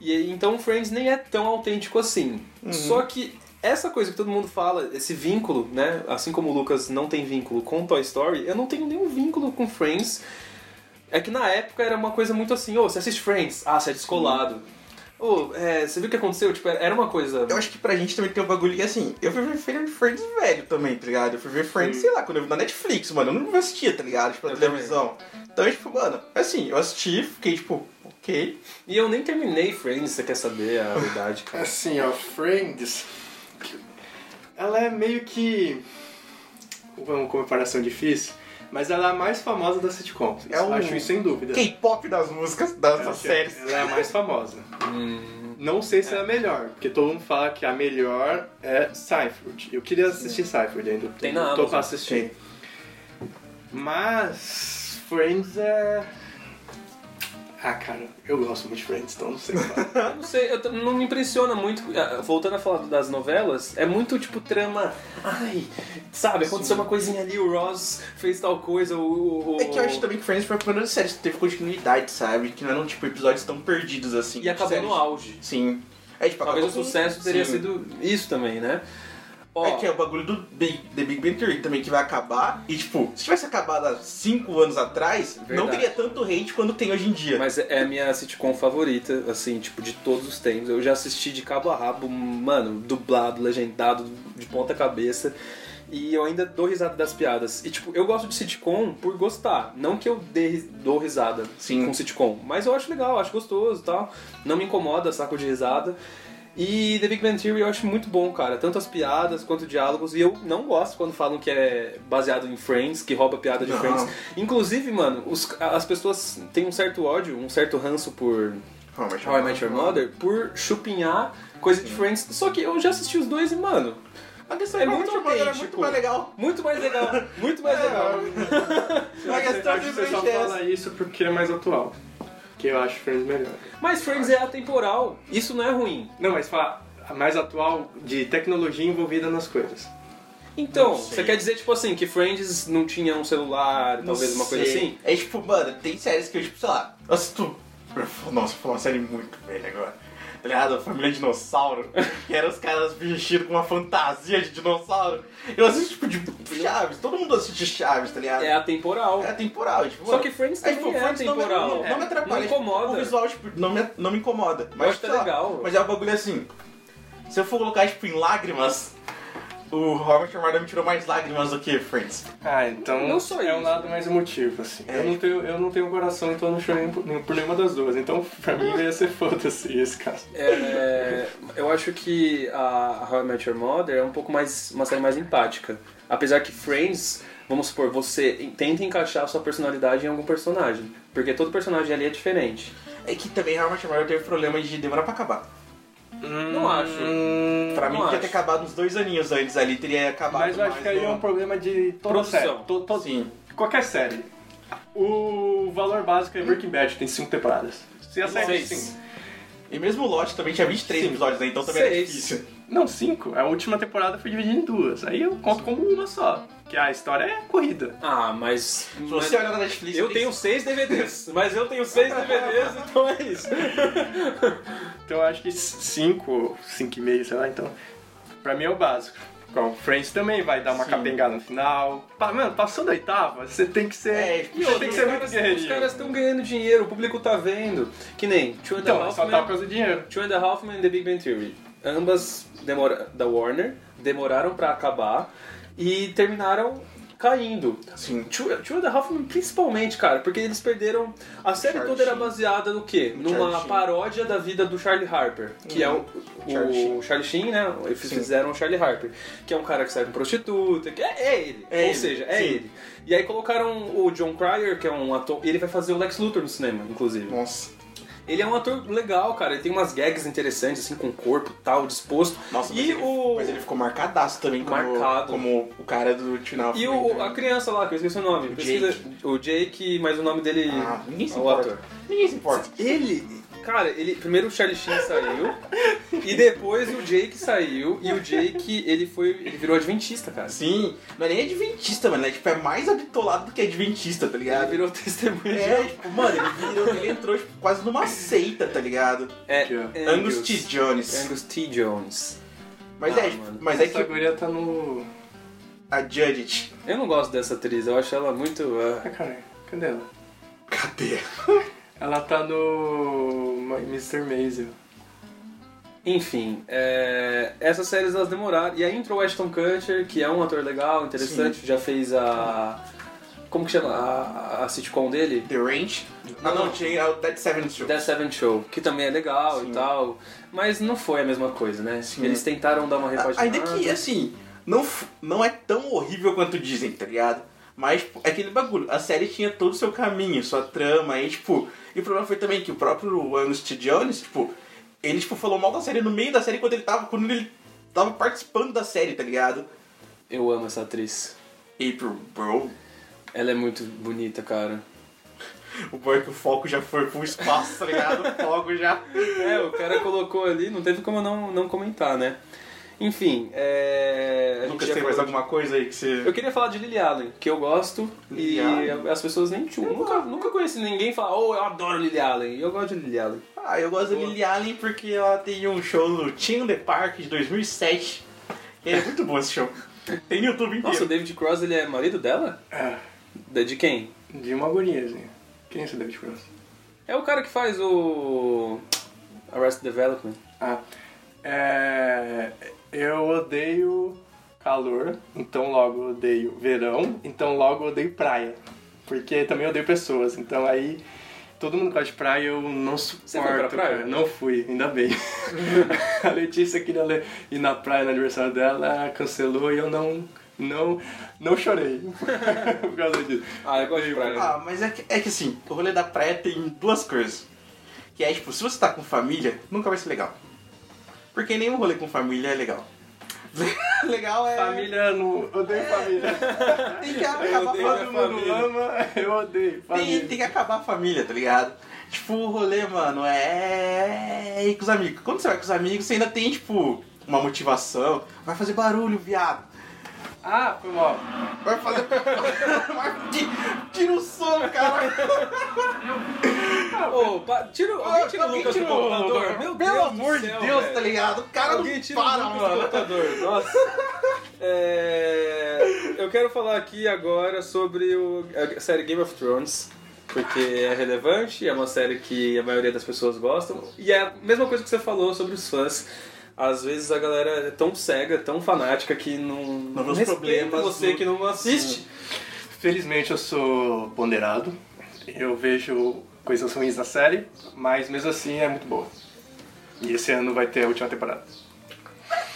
Speaker 2: E aí, então Friends nem é tão autêntico assim. Só que essa coisa que todo mundo fala, esse vínculo, né? Assim como o Lucas não tem vínculo com Toy Story, eu não tenho nenhum vínculo com Friends. É que na época era uma coisa muito assim, ô, você assiste Friends? Ah, você é descolado. Ô, é, você viu o que aconteceu? Tipo, era era uma coisa.
Speaker 3: Eu acho que pra gente também tem um bagulho que assim, eu fui ver Friends- Friends velho também, tá ligado? Eu fui ver Friends, sei lá, quando eu vi na Netflix, mano, eu não assistia, tá ligado? Tipo, na
Speaker 2: Eu
Speaker 3: televisão. Então, tipo, mano, assim, eu assisti, fiquei tipo, ok.
Speaker 2: E eu nem terminei Friends, você quer saber a verdade, cara.
Speaker 6: Assim, ó, Friends. Ela é meio que. Uma comparação difícil, mas ela é a mais famosa das sitcoms.
Speaker 3: É o-
Speaker 6: Acho isso sem dúvida.
Speaker 3: K-pop das músicas, das
Speaker 6: Ela-
Speaker 3: das séries.
Speaker 6: Ela é a mais famosa.
Speaker 2: Hum,
Speaker 6: Não sei se é a melhor, porque todo mundo fala que a melhor é Seinfeld. Eu queria assistir Seinfeld ainda.
Speaker 2: Tem na
Speaker 6: Tô
Speaker 2: Amazon.
Speaker 6: pra assistir. Mas Friends é. Ah, cara, eu gosto muito de Friends, então não sei. falar.
Speaker 2: eu não sei, eu t- não me impressiona muito. ah, Voltando a falar das novelas, é muito tipo trama. Ai, sabe, aconteceu uma coisinha ali, o Ross fez tal coisa, o. o-
Speaker 3: É que eu acho também que Friends foi a primeira série que teve continuidade, sabe? Que não eram, tipo, episódios tão perdidos assim.
Speaker 2: E acabou
Speaker 3: séries.
Speaker 2: no auge.
Speaker 3: Sim. É É, tipo,
Speaker 2: Talvez o
Speaker 3: acabou com-
Speaker 2: sucesso teria
Speaker 3: Sim.
Speaker 2: sido isso também, né? Ó,
Speaker 3: É que é o bagulho do Big- The Big Bang Theory também, que vai acabar. E, tipo, se tivesse acabado há 5 anos atrás, não
Speaker 2: Verdade.
Speaker 3: teria tanto hate quanto tem hoje em dia.
Speaker 2: Mas é a minha sitcom favorita, assim, tipo, de todos os tempos. Eu já assisti de cabo a rabo, mano, dublado, legendado, de ponta cabeça. E eu ainda dou risada das piadas. E, tipo, eu gosto de sitcom por gostar. Não que eu dê, ris- dou risada
Speaker 3: Sim.
Speaker 2: com sitcom, mas eu acho legal, acho gostoso e tal. Não me incomoda, saco de risada. E The Big Bang Theory eu acho muito bom, cara. Tanto as piadas quanto diálogos. E eu não gosto quando falam que é baseado em Friends, que rouba a piada de
Speaker 3: Não.
Speaker 2: Friends. Inclusive, mano, os- as pessoas têm um certo ódio, um certo ranço por
Speaker 3: How I Met
Speaker 2: How I Met Your Mother por chupinhar coisa de Friends. Só que eu já assisti os dois e, mano,
Speaker 3: A questão
Speaker 2: É
Speaker 3: é, que How I Met
Speaker 2: muito
Speaker 3: Your Mother é muito
Speaker 2: autêntico.
Speaker 3: mais legal. É.
Speaker 2: muito mais legal. Muito mais legal.
Speaker 3: A questão
Speaker 6: acho
Speaker 3: de
Speaker 6: que você só
Speaker 3: frente é essa.
Speaker 6: fala isso porque é mais atual. Que eu acho Friends melhor.
Speaker 2: Mas Friends é atemporal. Isso não é ruim.
Speaker 6: Não, mas fala a mais atual de tecnologia envolvida nas coisas.
Speaker 2: Então,
Speaker 3: Não sei.
Speaker 2: você quer dizer, tipo assim, que Friends não tinha um celular, talvez uma coisa
Speaker 3: sei.
Speaker 2: assim?
Speaker 3: É tipo, mano, tem séries que eu, tipo, sei lá, eu assisto. Nossa, foi uma série muito velha agora. Tá ligado? Família Dinossauro. Que era os caras vestidos com uma fantasia de dinossauro. Eu assisto, tipo, de Chaves. Todo mundo assiste Chaves, tá ligado?
Speaker 2: É atemporal.
Speaker 3: É temporal, tipo.
Speaker 2: Só
Speaker 3: mano,
Speaker 2: que Friends
Speaker 3: é,
Speaker 2: também
Speaker 3: tipo,
Speaker 2: é,
Speaker 3: Friends não me,
Speaker 2: atemporal.
Speaker 3: não, não me atrapalha. tipo,
Speaker 2: Não
Speaker 3: O
Speaker 2: incomoda.
Speaker 3: visual, tipo, não me, não me incomoda. Mas,
Speaker 2: acho que é
Speaker 3: sei lá,
Speaker 2: legal.
Speaker 3: Mas é um bagulho assim. Se eu for colocar, tipo, em lágrimas, o Robert Mother me tirou mais lágrimas do que Friends.
Speaker 6: Ah, então
Speaker 2: Não só
Speaker 6: é um
Speaker 2: isso,
Speaker 6: lado
Speaker 2: né?
Speaker 6: mais emotivo, assim.
Speaker 3: É.
Speaker 6: Eu, não tenho, eu não tenho coração, então eu não chorei por nenhum- por nenhuma das duas. Então, pra mim, ia ser foda-se esse caso.
Speaker 2: É, eu acho que a How I Met Your Mother é um pouco mais uma série mais empática. Apesar que Friends, vamos supor, você tenta encaixar a sua personalidade em algum personagem. Porque todo personagem ali é diferente.
Speaker 3: É que também How I Met Your Mother teve problema de demorar pra acabar.
Speaker 6: Hum,
Speaker 2: Não acho.
Speaker 3: Pra mim,
Speaker 2: Não
Speaker 3: podia ter
Speaker 2: acho.
Speaker 3: acabado uns dois aninhos antes ali, teria acabado
Speaker 6: Mas eu acho
Speaker 3: mais
Speaker 6: que aí é
Speaker 3: no-
Speaker 6: um problema de toda
Speaker 2: Produção.
Speaker 6: série. To- to-
Speaker 3: Sim.
Speaker 6: Qualquer série. O valor básico é Breaking Bad, tem cinco temporadas. Se a série
Speaker 2: Seis.
Speaker 6: sim.
Speaker 3: E mesmo o Lost também tinha 23
Speaker 6: Sim.
Speaker 3: episódios, né? Então também era
Speaker 2: Seis.
Speaker 3: difícil.
Speaker 6: Não, cinco. A última temporada foi dividida em duas. Aí eu conto como uma só. Que a história é corrida.
Speaker 2: Ah, mas.
Speaker 3: Se você olhar na Netflix...
Speaker 2: Eu
Speaker 3: tem-
Speaker 2: tenho seis DVDs, mas eu tenho seis DVDs, então é isso.
Speaker 6: Então eu acho que cinco, ou cinco e meio, sei lá, então. Pra mim é o básico. Com Friends também vai dar uma capengada no final. Pa- Mano, passou da oitava, você tem que ser.
Speaker 3: É, e
Speaker 6: você tem que ser muito
Speaker 2: Os
Speaker 6: guerreirinho.
Speaker 2: caras estão ganhando dinheiro, o público tá vendo. Que nem Two and a
Speaker 6: Então,
Speaker 2: Half
Speaker 6: só
Speaker 2: Men-
Speaker 6: tá por causa do dinheiro.
Speaker 2: Two and a Half Men e The Big Bang Theory. Ambas demora- da Warner demoraram pra acabar e terminaram caindo.
Speaker 3: Sim.
Speaker 2: Two, Two and a Half Men principalmente, cara, porque eles perderam... A série
Speaker 3: Charlie
Speaker 2: toda era
Speaker 3: Sheen.
Speaker 2: baseada no quê? Numa
Speaker 3: Charlie Sheen. Hum.
Speaker 2: paródia da vida do Charlie Harper, que é o, o
Speaker 3: Charlie Sheen.
Speaker 2: Charlie, Sheen, né? Eles fizeram o Charlie Harper, que é um cara que sai com prostituta, que é, é ele.
Speaker 3: É
Speaker 2: Ou
Speaker 3: ele,
Speaker 2: seja, é
Speaker 3: sim.
Speaker 2: ele. E aí colocaram o John Cryer, que é um ator... Ele vai fazer o Lex Luthor no cinema, inclusive.
Speaker 3: Nossa.
Speaker 2: Ele é um ator legal, cara. Ele tem umas gags interessantes, assim, com o corpo tal, disposto.
Speaker 3: Nossa, mas,
Speaker 2: e
Speaker 3: ele,
Speaker 2: o.
Speaker 3: mas ele ficou marcadaço também como,
Speaker 2: Marcado.
Speaker 3: como o cara do Tinal.
Speaker 2: E o, a criança lá, que eu esqueci o nome. O pesquisa. Jake. O Jake, mas o nome dele. é
Speaker 3: Ah, ninguém se
Speaker 2: o
Speaker 3: importa.
Speaker 2: ator.
Speaker 3: Ninguém se importa.
Speaker 2: Ele. Cara, ele. Primeiro o Charlie Sheen saiu. e depois o Jake saiu. E o Jake, ele foi. Ele virou adventista, cara.
Speaker 3: Sim, não é nem adventista, mano. É, tipo, é mais habitolado do que adventista, tá
Speaker 2: Ele
Speaker 3: ligado?
Speaker 2: virou testemunha.
Speaker 3: É, tipo, mano, ele, virou- ele entrou tipo, quase numa seita, tá ligado?
Speaker 2: É,
Speaker 6: Angus.
Speaker 3: Angus T. Jones.
Speaker 2: Angus T. Jones.
Speaker 3: Mas
Speaker 2: Ah,
Speaker 3: é, tipo,
Speaker 2: mano.
Speaker 3: mas é
Speaker 6: Essa
Speaker 3: que
Speaker 6: guria tá no.
Speaker 3: a Judith.
Speaker 2: Eu não gosto dessa atriz, eu acho ela muito. ah,
Speaker 6: Ah, caralho, cadê ela?
Speaker 3: Cadê?
Speaker 6: Ela tá no. Ma- Mr. Maisel.
Speaker 2: Enfim, é, essas séries elas demoraram. E aí entrou o Ashton Kutcher, que é um ator legal, interessante, já fez a. Como que chama? A, a sitcom dele?
Speaker 3: The Range? Ah, não, tinha é o Dead Seven Show.
Speaker 2: The Seven Show, que também é legal e tal. Mas não foi a mesma coisa, né?
Speaker 3: Sim.
Speaker 2: Eles tentaram dar uma repaginada.
Speaker 3: Ainda que, assim, não, f- não é tão horrível quanto dizem, tá ligado? Mas pô, é aquele bagulho, a série tinha todo o seu caminho, sua trama, e tipo. E o problema foi também que o próprio Angus T. Jones, tipo, ele tipo, falou mal da série no meio da série quando ele tava. Quando ele tava participando da série, tá ligado?
Speaker 2: Eu amo essa atriz.
Speaker 3: April, bro.
Speaker 2: Ela é muito bonita, cara.
Speaker 3: O bom é que o foco já foi pro espaço, tá ligado? O foco já.
Speaker 2: É, o cara colocou ali, não teve como eu não, não comentar, né? Enfim, é... a
Speaker 3: Lucas,
Speaker 2: gente já
Speaker 3: tem mais
Speaker 2: falou de-
Speaker 3: alguma coisa aí que você.
Speaker 2: Eu queria falar de Lily Allen, que eu gosto
Speaker 3: Lily
Speaker 2: e
Speaker 3: Allen?
Speaker 2: as pessoas nem tinham. Nunca, nunca conheci ninguém falar, oh, eu adoro Lily Allen. E eu gosto de Lily Allen.
Speaker 3: Ah, eu gosto da Lily Allen porque ela tem um show no Team the Park de 2007. E é muito bom esse show. Tem no YouTube inteiro.
Speaker 2: Nossa, o David Cross, ele é marido dela?
Speaker 6: É,
Speaker 2: De de quem?
Speaker 6: de uma agoniazinha. Quem é esse David Cross?
Speaker 2: É o cara que faz o. Arrested Development.
Speaker 6: Ah, é, eu odeio calor, então logo odeio verão, então logo odeio praia. Porque também odeio pessoas, então aí todo mundo gosta de praia, eu não suporto.
Speaker 2: foi pra praia?
Speaker 6: cara. Não fui, ainda bem. a Letícia queria le- ir na praia no aniversário dela, cancelou e eu não, não, não chorei. Por causa disso.
Speaker 2: Ah, eu gosto de praia.
Speaker 3: Ah, mas é que, é que assim, o rolê da praia tem duas coisas. Que é tipo, se você tá com família, nunca vai ser legal. Porque nenhum rolê com família é legal. legal é.
Speaker 6: Família, não, odeio família.
Speaker 3: Tem que acabar
Speaker 2: É. odeio
Speaker 3: com
Speaker 2: né,
Speaker 6: Todo mundo
Speaker 2: família.
Speaker 6: ama, eu odeio família.
Speaker 3: tem, tem que acabar a família, tá ligado? Tipo, o rolê, mano, é. é ir com os amigos. Quando você vai com os amigos, você ainda tem, tipo, uma motivação. Vai fazer barulho, viado.
Speaker 6: Ah, foi mal.
Speaker 3: Vai fazer. Vai- ti- Tira o som, cara.
Speaker 2: Ô, Ah, pa- tira, o- alguém tira o
Speaker 3: Alguém
Speaker 2: Lucas
Speaker 3: tira
Speaker 2: do
Speaker 3: o
Speaker 2: computador.
Speaker 3: Pelo
Speaker 2: Meu Deus do
Speaker 3: amor de
Speaker 2: céu,
Speaker 3: Deus,
Speaker 2: velho.
Speaker 3: tá ligado? O cara
Speaker 2: Alguém
Speaker 3: não
Speaker 2: tira
Speaker 3: para,
Speaker 2: o Lucas do
Speaker 3: mano.
Speaker 2: computador. Nossa. É, Eu quero falar aqui agora sobre o- a série Game of Thrones. Porque é relevante, é uma série que a maioria das pessoas gostam. E é a mesma coisa que você falou sobre os fãs. Às vezes a galera é tão cega, tão fanática que não,
Speaker 3: Não vê os
Speaker 2: respeita
Speaker 3: problemas
Speaker 2: você
Speaker 3: do-
Speaker 2: que não assiste.
Speaker 6: Felizmente eu sou ponderado. Eu vejo coisas ruins na série, mas mesmo assim é muito boa. E esse ano vai ter a última temporada.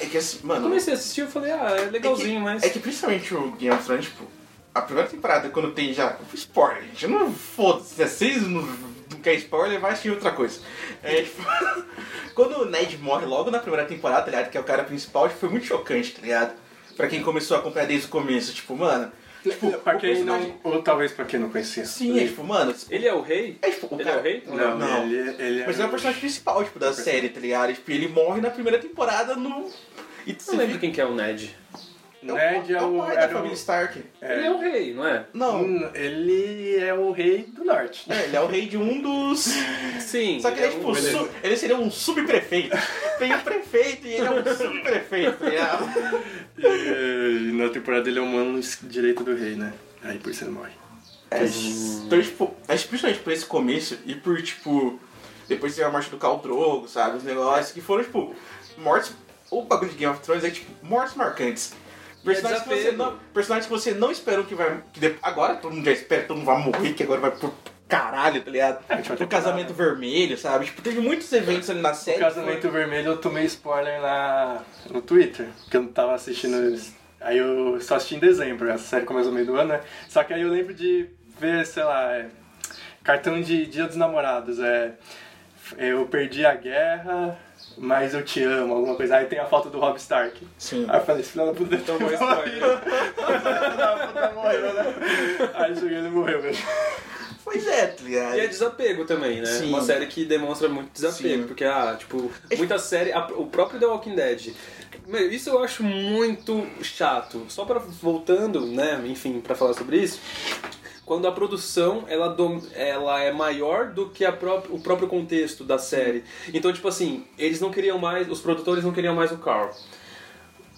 Speaker 3: É que assim,
Speaker 2: Eu
Speaker 3: mano.
Speaker 2: comecei a assistir e falei, ah, é
Speaker 3: é
Speaker 2: legalzinho,
Speaker 3: que,
Speaker 2: mas.
Speaker 3: É que principalmente o Game of Thrones, tipo, a primeira temporada, quando tem já. Spoiler, gente. Não foda-se. Se vocês não, não querem spoiler, vai assistir outra coisa. É, tipo, quando o Ned morre logo na primeira temporada, tá ligado? Que é o cara principal, tipo, foi muito chocante, tá ligado? Pra quem começou a acompanhar desde o começo, tipo, mano. Tipo,
Speaker 6: É, Pra
Speaker 3: o
Speaker 6: quem
Speaker 3: personagem-
Speaker 6: não, ou talvez pra quem não conhecia.
Speaker 3: Sim, é tipo, mano.
Speaker 2: Ele é o rei?
Speaker 3: É, tipo, o
Speaker 2: Ele
Speaker 3: cara-
Speaker 2: é o rei?
Speaker 6: Não,
Speaker 3: Não.
Speaker 6: Ele, ele é
Speaker 3: Mas ele é o personagem principal, tipo, da série, tá ligado? Tipo, ele morre na primeira temporada no. E
Speaker 2: Não lembro quem que é o Ned.
Speaker 6: Ned é o.
Speaker 3: pai da
Speaker 6: era o-
Speaker 3: família um- Stark.
Speaker 2: Ele é o rei, não é?
Speaker 3: Não,
Speaker 6: Hum, ele é o rei do norte.
Speaker 3: É, ele é o rei de um dos.
Speaker 2: Sim.
Speaker 3: Só que ele é
Speaker 2: um-
Speaker 3: tipo. su- Ele seria um subprefeito. Tem um prefeito e ele é um subprefeito. tá ligado?
Speaker 6: E, na temporada ele é o mano direito do rei, né? Aí por isso ele morre.
Speaker 3: É, então, tipo, acho que principalmente por esse começo e por, tipo. Depois teve a morte do Khal Drogo, sabe? Os negócios que foram, tipo, mortes. O bagulho de Game of Thrones é, tipo, mortes marcantes. Personagens, que, você
Speaker 2: desapego.
Speaker 3: não, personagens que você não espera que vai. Que de- agora todo mundo já espera, todo mundo vai morrer, que agora vai pro caralho, tá ligado?
Speaker 6: É, tipo,
Speaker 3: o casamento vermelho, sabe? Tipo, teve muitos eventos ali na série.
Speaker 6: O
Speaker 3: que
Speaker 6: Casamento Vermelho eu tomei spoiler na, no Twitter, porque eu não tava assistindo isso. Aí eu só assisti em dezembro, essa série começa no meio do ano, né? Só que aí eu lembro de ver, sei lá, é, cartão de Dia dos Namorados, é. Eu perdi a guerra, mas eu te amo, alguma coisa. Aí tem a foto do Rob Stark.
Speaker 3: Sim.
Speaker 6: Aí eu falei, esse filho da puta
Speaker 2: Tomou spoiler.
Speaker 6: Filho da puta morreu, né? Aí cheguei ele morreu, velho.
Speaker 3: Pois é, tá ligado?
Speaker 2: E é desapego também, né?
Speaker 3: Sim.
Speaker 2: Uma série que demonstra muito desapego,
Speaker 3: Sim.
Speaker 2: porque, ah, tipo, muita série. a- o próprio The Walking Dead. Meu, isso eu acho muito chato. Só pra. voltando, né, enfim, pra falar sobre isso. Quando a produção ela, dom- ela é maior do que a pró- o próprio contexto da série. Então, tipo assim, eles não queriam mais, os produtores não queriam mais o Carl.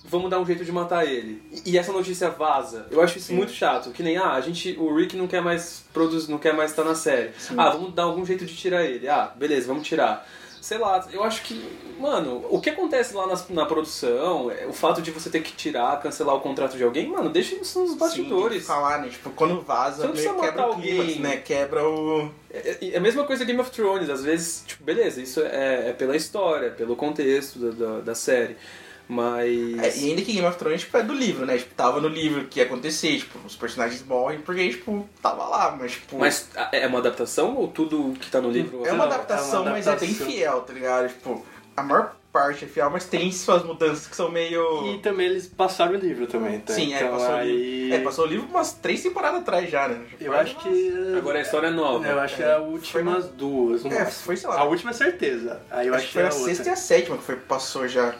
Speaker 2: vamos dar um jeito de matar ele. E e essa notícia vaza. Eu acho isso muito chato. Que nem, ah, a gente, o Rick não quer mais produzir, não quer mais estar na série. Ah, vamos dar algum jeito de tirar ele. Ah, beleza, vamos tirar. Sei lá, eu acho que, mano, o que acontece lá nas- na, produção, é, o fato de você ter que tirar, cancelar o contrato de alguém, mano, deixa isso nos
Speaker 3: Sim,
Speaker 2: bastidores.
Speaker 3: Tipo falar, né? Tipo, quando
Speaker 2: Você
Speaker 3: vaza, meio
Speaker 2: não precisa
Speaker 3: quebra
Speaker 2: matar
Speaker 3: o clima,
Speaker 2: alguém.
Speaker 3: né? Quebra o.
Speaker 2: É, é a mesma coisa Game of Thrones, às vezes, tipo, beleza, isso é, é pela história, pelo contexto da, da- da série.
Speaker 3: É,
Speaker 2: Mas.
Speaker 3: e ainda que Game of Thrones tipo, é do livro, né? Tipo, tava no livro que ia acontecer, tipo, os personagens morrem porque, tipo, tava lá, mas, tipo.
Speaker 2: Mas a- é uma adaptação ou tudo que tá no livro?
Speaker 3: é, uma
Speaker 6: Não,
Speaker 3: adaptação,
Speaker 6: é uma
Speaker 3: mas é bem
Speaker 6: adaptação.
Speaker 3: fiel, tá ligado? Tipo, a maior parte é fiel, mas tem suas mudanças que são meio.
Speaker 6: E também eles passaram o livro também, tá?
Speaker 3: Sim, é,
Speaker 6: Então,
Speaker 3: passou o
Speaker 6: aí...
Speaker 3: livro. É, passou o livro umas três temporadas atrás já, né? Tipo,
Speaker 6: Eu acho que.
Speaker 2: Agora é história nova.
Speaker 6: Eu acho que é a última as duas. no
Speaker 3: É,
Speaker 6: máximo.
Speaker 3: foi, sei lá.
Speaker 6: A última é certeza. Aí eu
Speaker 3: acho que foi
Speaker 6: é
Speaker 3: a
Speaker 6: outra.
Speaker 3: sexta e a sétima que foi, passou já.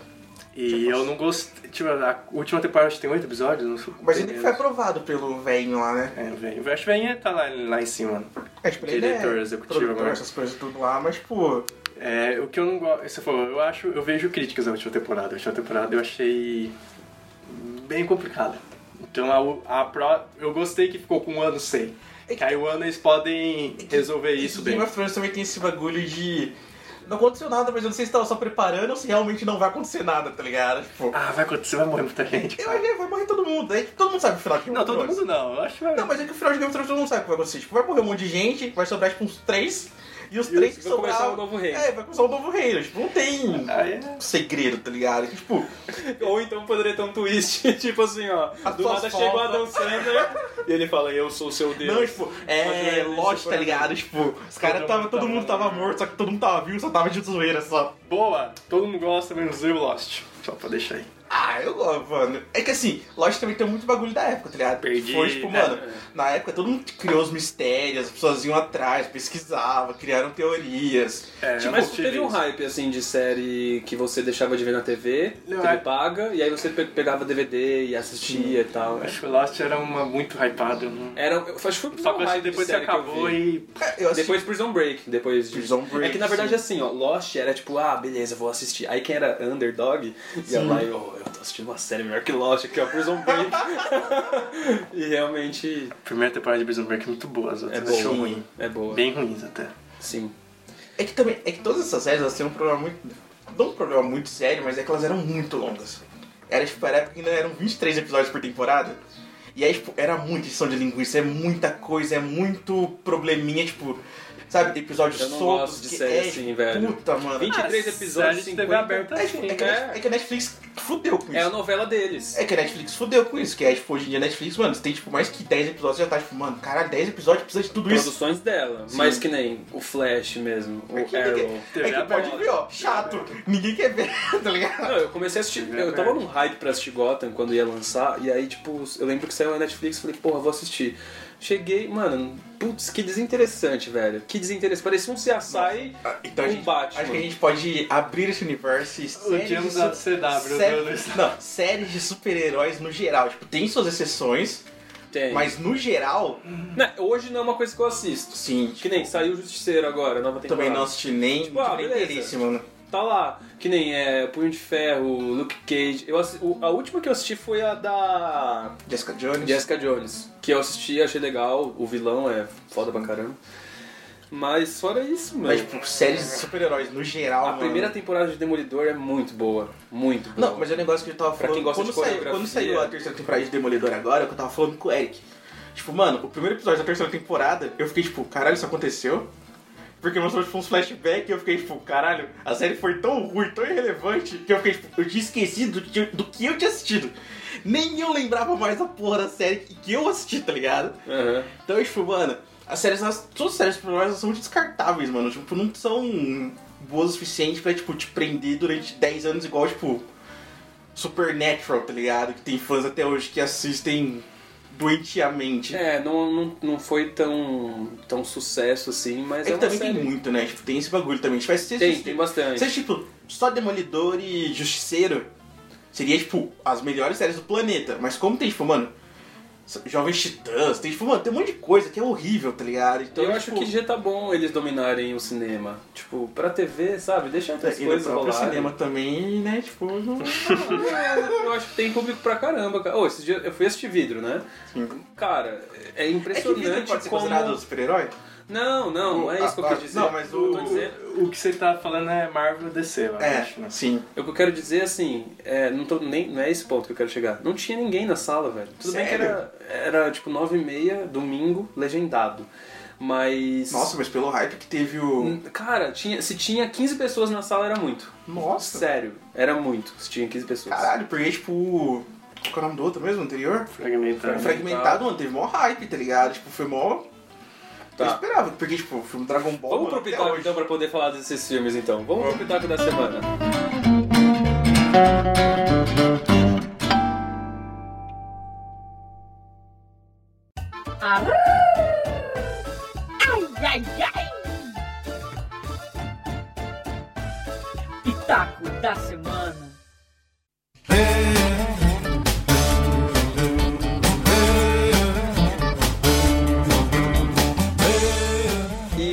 Speaker 6: E eu não gostei. Tipo, a última temporada acho que tem oito episódios, não sei.
Speaker 3: Mas ainda que foi aprovado pelo velho lá, né?
Speaker 6: É, vem. O Ash Venha tá lá, lá em cima.
Speaker 3: É, tipo, ele
Speaker 6: Diretor
Speaker 3: é
Speaker 6: executivo
Speaker 3: produtor,
Speaker 6: agora.
Speaker 3: essas coisas tudo lá, mas, pô,
Speaker 6: É, o que eu não gosto. Você falou, eu acho. Eu vejo críticas da última temporada. A última temporada eu achei. bem complicada. Então a, u- a pró- eu gostei que ficou com um ano sem.
Speaker 3: É
Speaker 6: Que aí o ano eles podem resolver É isso bem.
Speaker 3: Game of Thrones também tem esse bagulho de. Não aconteceu nada, mas eu não sei se tava só preparando ou se realmente não vai acontecer nada, tá ligado? Tipo,
Speaker 6: Ah, vai acontecer, vai morrer muita gente.
Speaker 3: eu
Speaker 6: cara.
Speaker 3: acho que vai morrer todo mundo, né? Todo mundo sabe o final de Game
Speaker 6: Não,
Speaker 3: of
Speaker 6: todo
Speaker 3: Thrones.
Speaker 6: mundo não. Eu acho que vai.
Speaker 3: Não, mas é que o final de Game of Thrones todo mundo sabe o que vai acontecer. Tipo, vai morrer um monte de gente, vai sobrar tipo uns três, e os três que
Speaker 2: vai começar
Speaker 3: sobraram.
Speaker 2: um novo reino.
Speaker 3: É, vai começar um novo reino. Tipo, não tem
Speaker 6: Aí é.
Speaker 3: segredo, tá ligado? Tipo,
Speaker 2: Ou então poderia ter um twist, tipo assim, ó.
Speaker 3: As
Speaker 2: do
Speaker 3: tuas
Speaker 2: nada chegou
Speaker 3: fotos.
Speaker 2: Adam Sandler e ele fala, eu sou o seu Deus.
Speaker 3: não, tipo, é
Speaker 2: Mas, né,
Speaker 3: Lost,
Speaker 2: isso
Speaker 3: tá
Speaker 2: foi-
Speaker 3: ligado? Tipo, os caras
Speaker 6: Todo
Speaker 3: tava.
Speaker 6: mundo
Speaker 3: Todo
Speaker 6: tava-
Speaker 3: mundo tava morto, só que todo mundo tava vivo, só tava de zoeira só.
Speaker 6: Boa! Todo mundo gosta, menos eu e Lost. Só pra deixar aí.
Speaker 3: Ah, eu gosto, mano. É que assim, Lost também tem muito bagulho da época, tá ligado?
Speaker 6: Perdi,
Speaker 3: Foi, tipo,
Speaker 6: né?
Speaker 3: mano,
Speaker 2: É.
Speaker 3: na época todo mundo criou os mistérios, as pessoas iam atrás, pesquisavam, criaram teorias.
Speaker 6: É, eu
Speaker 2: Mas
Speaker 6: não tive
Speaker 2: teve um
Speaker 6: isso.
Speaker 2: hype assim de série que você deixava de ver na TV,
Speaker 6: Não,
Speaker 2: TV
Speaker 6: é-
Speaker 2: paga, e aí você pe- pegava DVD e assistia e tal.
Speaker 6: Acho que o Lost era uma muito hypada. eu não-
Speaker 2: Era, eu acho que foi o
Speaker 6: Só
Speaker 2: primeiro
Speaker 6: que eu achei
Speaker 2: é um hype
Speaker 6: depois
Speaker 2: de
Speaker 6: que
Speaker 2: série que eu
Speaker 6: acabou
Speaker 2: vi.
Speaker 6: e.
Speaker 3: É, Eu assisti
Speaker 2: Depois de Prison Break, depois de...
Speaker 3: Prison Break,
Speaker 2: É que na verdade
Speaker 3: sim.
Speaker 2: assim, ó, Lost era tipo, ah, beleza, vou assistir. Aí quem era underdog, ia lá e, ó, eu tô assistindo uma série melhor que Lost, que é o Prison Break. e realmente
Speaker 6: A primeira temporada de Prison Break é muito boa, as
Speaker 2: é
Speaker 6: outras achou
Speaker 2: boa.
Speaker 6: ruim.
Speaker 2: É boa.
Speaker 6: Bem ruins até.
Speaker 2: Sim.
Speaker 3: É que também, é que todas essas séries elas têm um problema muito. Não um problema muito sério, mas é que elas eram muito longas. Era tipo, era época que ainda eram 23 episódios por temporada. E aí, tipo, era muita edição de linguiça, é muita coisa, é muito probleminha, tipo, sabe, episódios
Speaker 2: Eu não
Speaker 3: soltos.
Speaker 2: gosto de
Speaker 3: que
Speaker 2: série
Speaker 3: é,
Speaker 2: assim,
Speaker 3: tipo,
Speaker 2: velho.
Speaker 3: Puta, mano.
Speaker 2: 23
Speaker 6: Ah,
Speaker 2: episódios,
Speaker 6: série de TV
Speaker 2: 50.
Speaker 6: aberta,
Speaker 2: é,
Speaker 3: É, tipo, é, que, a- é que a Netflix fudeu com isso.
Speaker 2: é a novela deles.
Speaker 3: É que a Netflix fudeu com isso, que é tipo, hoje em dia a Netflix, mano, você tem tipo mais que 10 episódios, já tá tipo, mano, caralho, 10 episódios precisa de tudo isso.
Speaker 2: produções dela.
Speaker 3: Sim.
Speaker 2: Mas que nem o Flash mesmo, o
Speaker 3: É que-
Speaker 2: Arrow.
Speaker 6: TV
Speaker 3: é que pode
Speaker 6: aberta.
Speaker 3: ver, ó, chato, ninguém quer ver, tá ligado?
Speaker 2: Não, eu comecei a assistir.
Speaker 3: é
Speaker 2: Eu tava num hype pra assistir Gotham quando ia lançar. E aí, tipo, eu lembro que saiu na Netflix falei, porra, vou assistir. Cheguei, mano, putz, que desinteressante, velho. Que desinteressante. Parecia um CSI.
Speaker 3: Então a
Speaker 2: Um
Speaker 3: gente,
Speaker 2: Batman.
Speaker 3: acho que a gente pode abrir esse universo e séries de
Speaker 6: Odiamos
Speaker 3: su-
Speaker 6: a CW,
Speaker 3: séries-
Speaker 6: Deus.
Speaker 3: Não, séries de super-heróis no geral. Tipo, tem suas exceções,
Speaker 2: Tem.
Speaker 3: mas no geral,
Speaker 2: Não, hoje não é uma coisa que eu assisto.
Speaker 3: sim.
Speaker 2: Que nem saiu o Justiceiro agora, nova temporada.
Speaker 3: Também não assisti nem,
Speaker 2: Tipo, ah,
Speaker 3: não tive nem
Speaker 2: beleza.
Speaker 3: interesse, mano.
Speaker 2: Tá lá. Que nem é Punho de Ferro, Luke Cage. Eu assi- o- a última que eu assisti foi a da.
Speaker 3: Jessica Jones.
Speaker 2: Jessica Jones, que eu assisti, achei legal, o vilão é foda pra caramba. Mas fora isso, mano.
Speaker 3: Mas, tipo, séries de super-heróis no geral,
Speaker 2: a
Speaker 3: mano.
Speaker 2: primeira temporada de Demolidor é muito boa. Muito boa.
Speaker 3: Não, mas é um negócio que eu tava
Speaker 2: Pra
Speaker 3: falando.
Speaker 2: quem gosta
Speaker 3: quando,
Speaker 2: de
Speaker 3: saiu,
Speaker 2: coreografia.
Speaker 3: quando saiu a terceira temporada de Demolidor agora, que eu tava falando com o Eric. Tipo, mano, o primeiro episódio da terceira temporada, eu fiquei tipo, caralho, isso aconteceu? Porque mostrou tipo uns flashbacks e eu fiquei tipo, caralho, a série foi tão ruim, tão irrelevante, que eu fiquei tipo, eu tinha esquecido de- do que eu tinha assistido. Nem eu lembrava mais da porra da série que eu assisti, tá ligado?
Speaker 2: Aham.
Speaker 3: Então, tipo, mano, as séries, elas, todas as séries problemas são muito descartáveis, mano. Tipo, não são boas o suficiente pra, tipo, te prender durante 10 anos igual, tipo, Supernatural, tá ligado? Que tem fãs até hoje que assistem doentiamente. É,
Speaker 2: É, não, não, não foi tão, tão sucesso assim, mas é,
Speaker 3: que
Speaker 2: uma
Speaker 3: também
Speaker 2: série.
Speaker 3: tem muito, né? Tipo, tem esse bagulho também. Tipo, se
Speaker 2: Tem,
Speaker 3: assistir-
Speaker 2: tem bastante.
Speaker 3: se assistir, tipo, só Demolidor e Justiceiro, seria, tipo, as melhores séries do planeta. Mas como tem, tipo, mano... Jovens Titãs, tem, tipo, mano, tem um monte de coisa que é horrível, tá ligado? Então,
Speaker 2: eu acho
Speaker 3: tipo,
Speaker 2: que já tá bom eles dominarem o cinema. Tipo, pra TV, sabe? Deixa
Speaker 3: É,
Speaker 2: outras
Speaker 3: E no
Speaker 2: coisas
Speaker 3: próprio
Speaker 2: rolarem.
Speaker 3: cinema também, né? Tipo, não.
Speaker 2: É, eu acho que tem público pra caramba, cara. Ô, esse dia eu fui assistir vidro, né? Cara, é
Speaker 3: é que
Speaker 2: impressionante
Speaker 3: Vitor pode ser
Speaker 2: como...
Speaker 3: considerado super-herói?
Speaker 2: Não, não, não é
Speaker 3: Ah,
Speaker 2: isso que eu quis
Speaker 3: ah,
Speaker 2: dizer.
Speaker 3: não, mas
Speaker 2: eu
Speaker 3: o-
Speaker 2: tô dizendo-
Speaker 6: O que você tá falando é Marvel DC, eu acho. né?
Speaker 3: É, sim.
Speaker 2: o que eu quero dizer assim, é, não, tô nem, não é esse ponto que eu quero chegar. Não tinha ninguém na sala, velho. Tudo bem que
Speaker 3: Sério?
Speaker 2: era, era tipo nove e meia, domingo, legendado. Mas.
Speaker 3: Nossa, mas pelo hype que teve o.
Speaker 2: Cara, tinha, se tinha 15 pessoas na sala era muito.
Speaker 3: Nossa!
Speaker 2: Sério, era muito se tinha 15 pessoas.
Speaker 3: Caralho, porque tipo. Qual que é o nome do outro mesmo, anterior?
Speaker 6: Fragmentado.
Speaker 3: Fragmentado, mano, teve mó hype, tá ligado? Tipo, foi mó.
Speaker 2: Tá.
Speaker 3: Eu esperava, porque, tipo, o filme Dragon Ball.
Speaker 2: Vamos pro
Speaker 3: mano, até
Speaker 2: Pitaco
Speaker 3: hoje.
Speaker 2: então pra poder falar desses filmes então. Vamos pro Pitaco da semana.
Speaker 8: Ai, ai, ai! Pitaco da semana.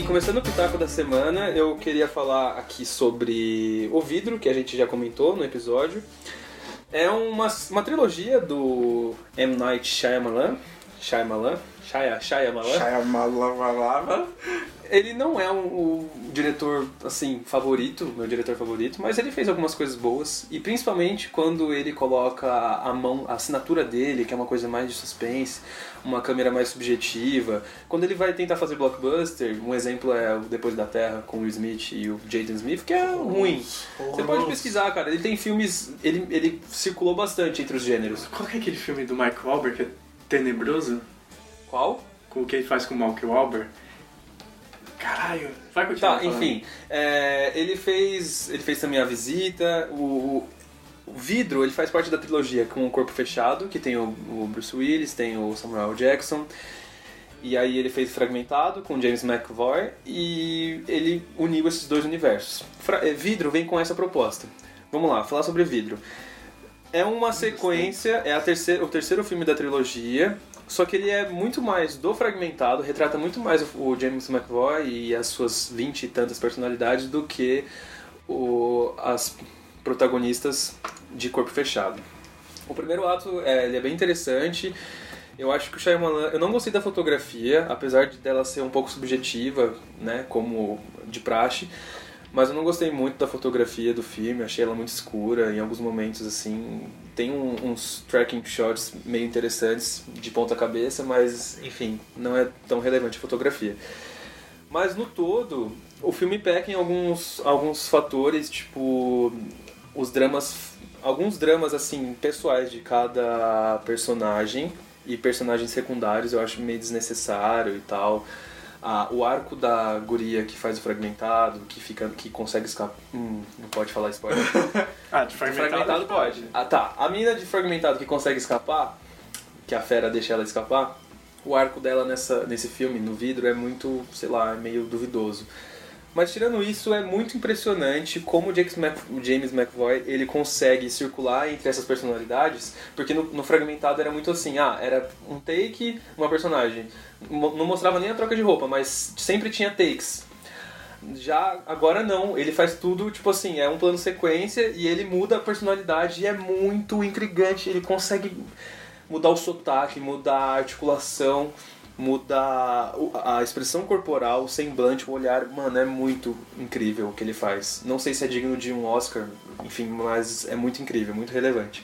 Speaker 2: começando o Pitaco da Semana, eu queria falar aqui sobre O Vidro, que a gente já comentou no episódio. É uma, uma trilogia do M. Night Shyamalan. Shyamalan? Shya, Shyamalan?
Speaker 3: Shyamalan.
Speaker 2: Ele não é um, o diretor, assim, favorito, meu diretor favorito, mas ele fez algumas coisas boas. E principalmente quando ele coloca a mão, a assinatura dele, que é uma coisa mais de suspense, uma câmera mais subjetiva. Quando ele vai tentar fazer blockbuster, um exemplo é o Depois da Terra com o Will Smith e o Jaden Smith, que é ruim. Você pode pesquisar, cara. Ele tem filmes... Ele, ele circulou bastante entre os gêneros.
Speaker 6: Qual que é aquele filme do Mark Wahlberg que é tenebroso?
Speaker 2: Qual?
Speaker 6: Com o que ele faz com o Mark Wahlberg? Caralho, vai continuar
Speaker 2: Tá,
Speaker 6: falando.
Speaker 2: enfim. é, ele fez. Ele fez também a visita. O, o vidro, ele faz parte da trilogia com o corpo fechado, que tem o, o Bruce Willis, tem o Samuel Jackson. E aí ele fez Fragmentado com James McAvoy e ele uniu esses dois universos. Fra- eh, vidro vem com essa proposta. Vamos lá, falar sobre vidro. É uma sequência, é a terceira, o terceiro filme da trilogia, só que ele é muito mais do fragmentado, retrata muito mais o, o James McAvoy e as suas vinte e tantas personalidades do que o, as protagonistas de corpo fechado. O primeiro ato é, ele é bem interessante. Eu acho que o Shyamalan... Eu não gostei da fotografia, apesar de dela ser um pouco subjetiva, né? Como de praxe. Mas eu não gostei muito da fotografia do filme. Achei ela muito escura. Em alguns momentos, assim... Tem um- uns tracking shots meio interessantes de ponta cabeça. Mas, enfim, não é tão relevante a fotografia. Mas no todo, o filme peca em alguns, alguns fatores, tipo os dramas, alguns dramas assim pessoais de cada personagem e personagens secundários, eu acho meio desnecessário e tal. Ah, o arco da guria que faz o fragmentado, que fica que consegue escapar, hum, não pode falar spoiler.
Speaker 6: Ah, de
Speaker 2: fragmentado,
Speaker 6: fragmentado,
Speaker 2: pode. Ah, tá. A mina de fragmentado que consegue escapar, que a fera deixa ela escapar, o arco dela nessa, nesse filme, no vidro, é muito, sei lá, é meio duvidoso. Mas tirando isso, é muito impressionante como o James, Mc, o James McVoy ele consegue circular entre essas personalidades, porque no, no fragmentado era muito assim, ah, era um take, uma personagem. Mo- Não mostrava nem a troca de roupa, mas sempre tinha takes. Já agora não, ele faz tudo, tipo assim, é um plano sequência e ele muda a personalidade e é muito intrigante, ele consegue mudar o sotaque, mudar a articulação, mudar o- a expressão corporal, o semblante, o olhar, mano, é muito incrível o que ele faz. Não sei se é digno de um Oscar, enfim, mas é muito incrível, muito relevante.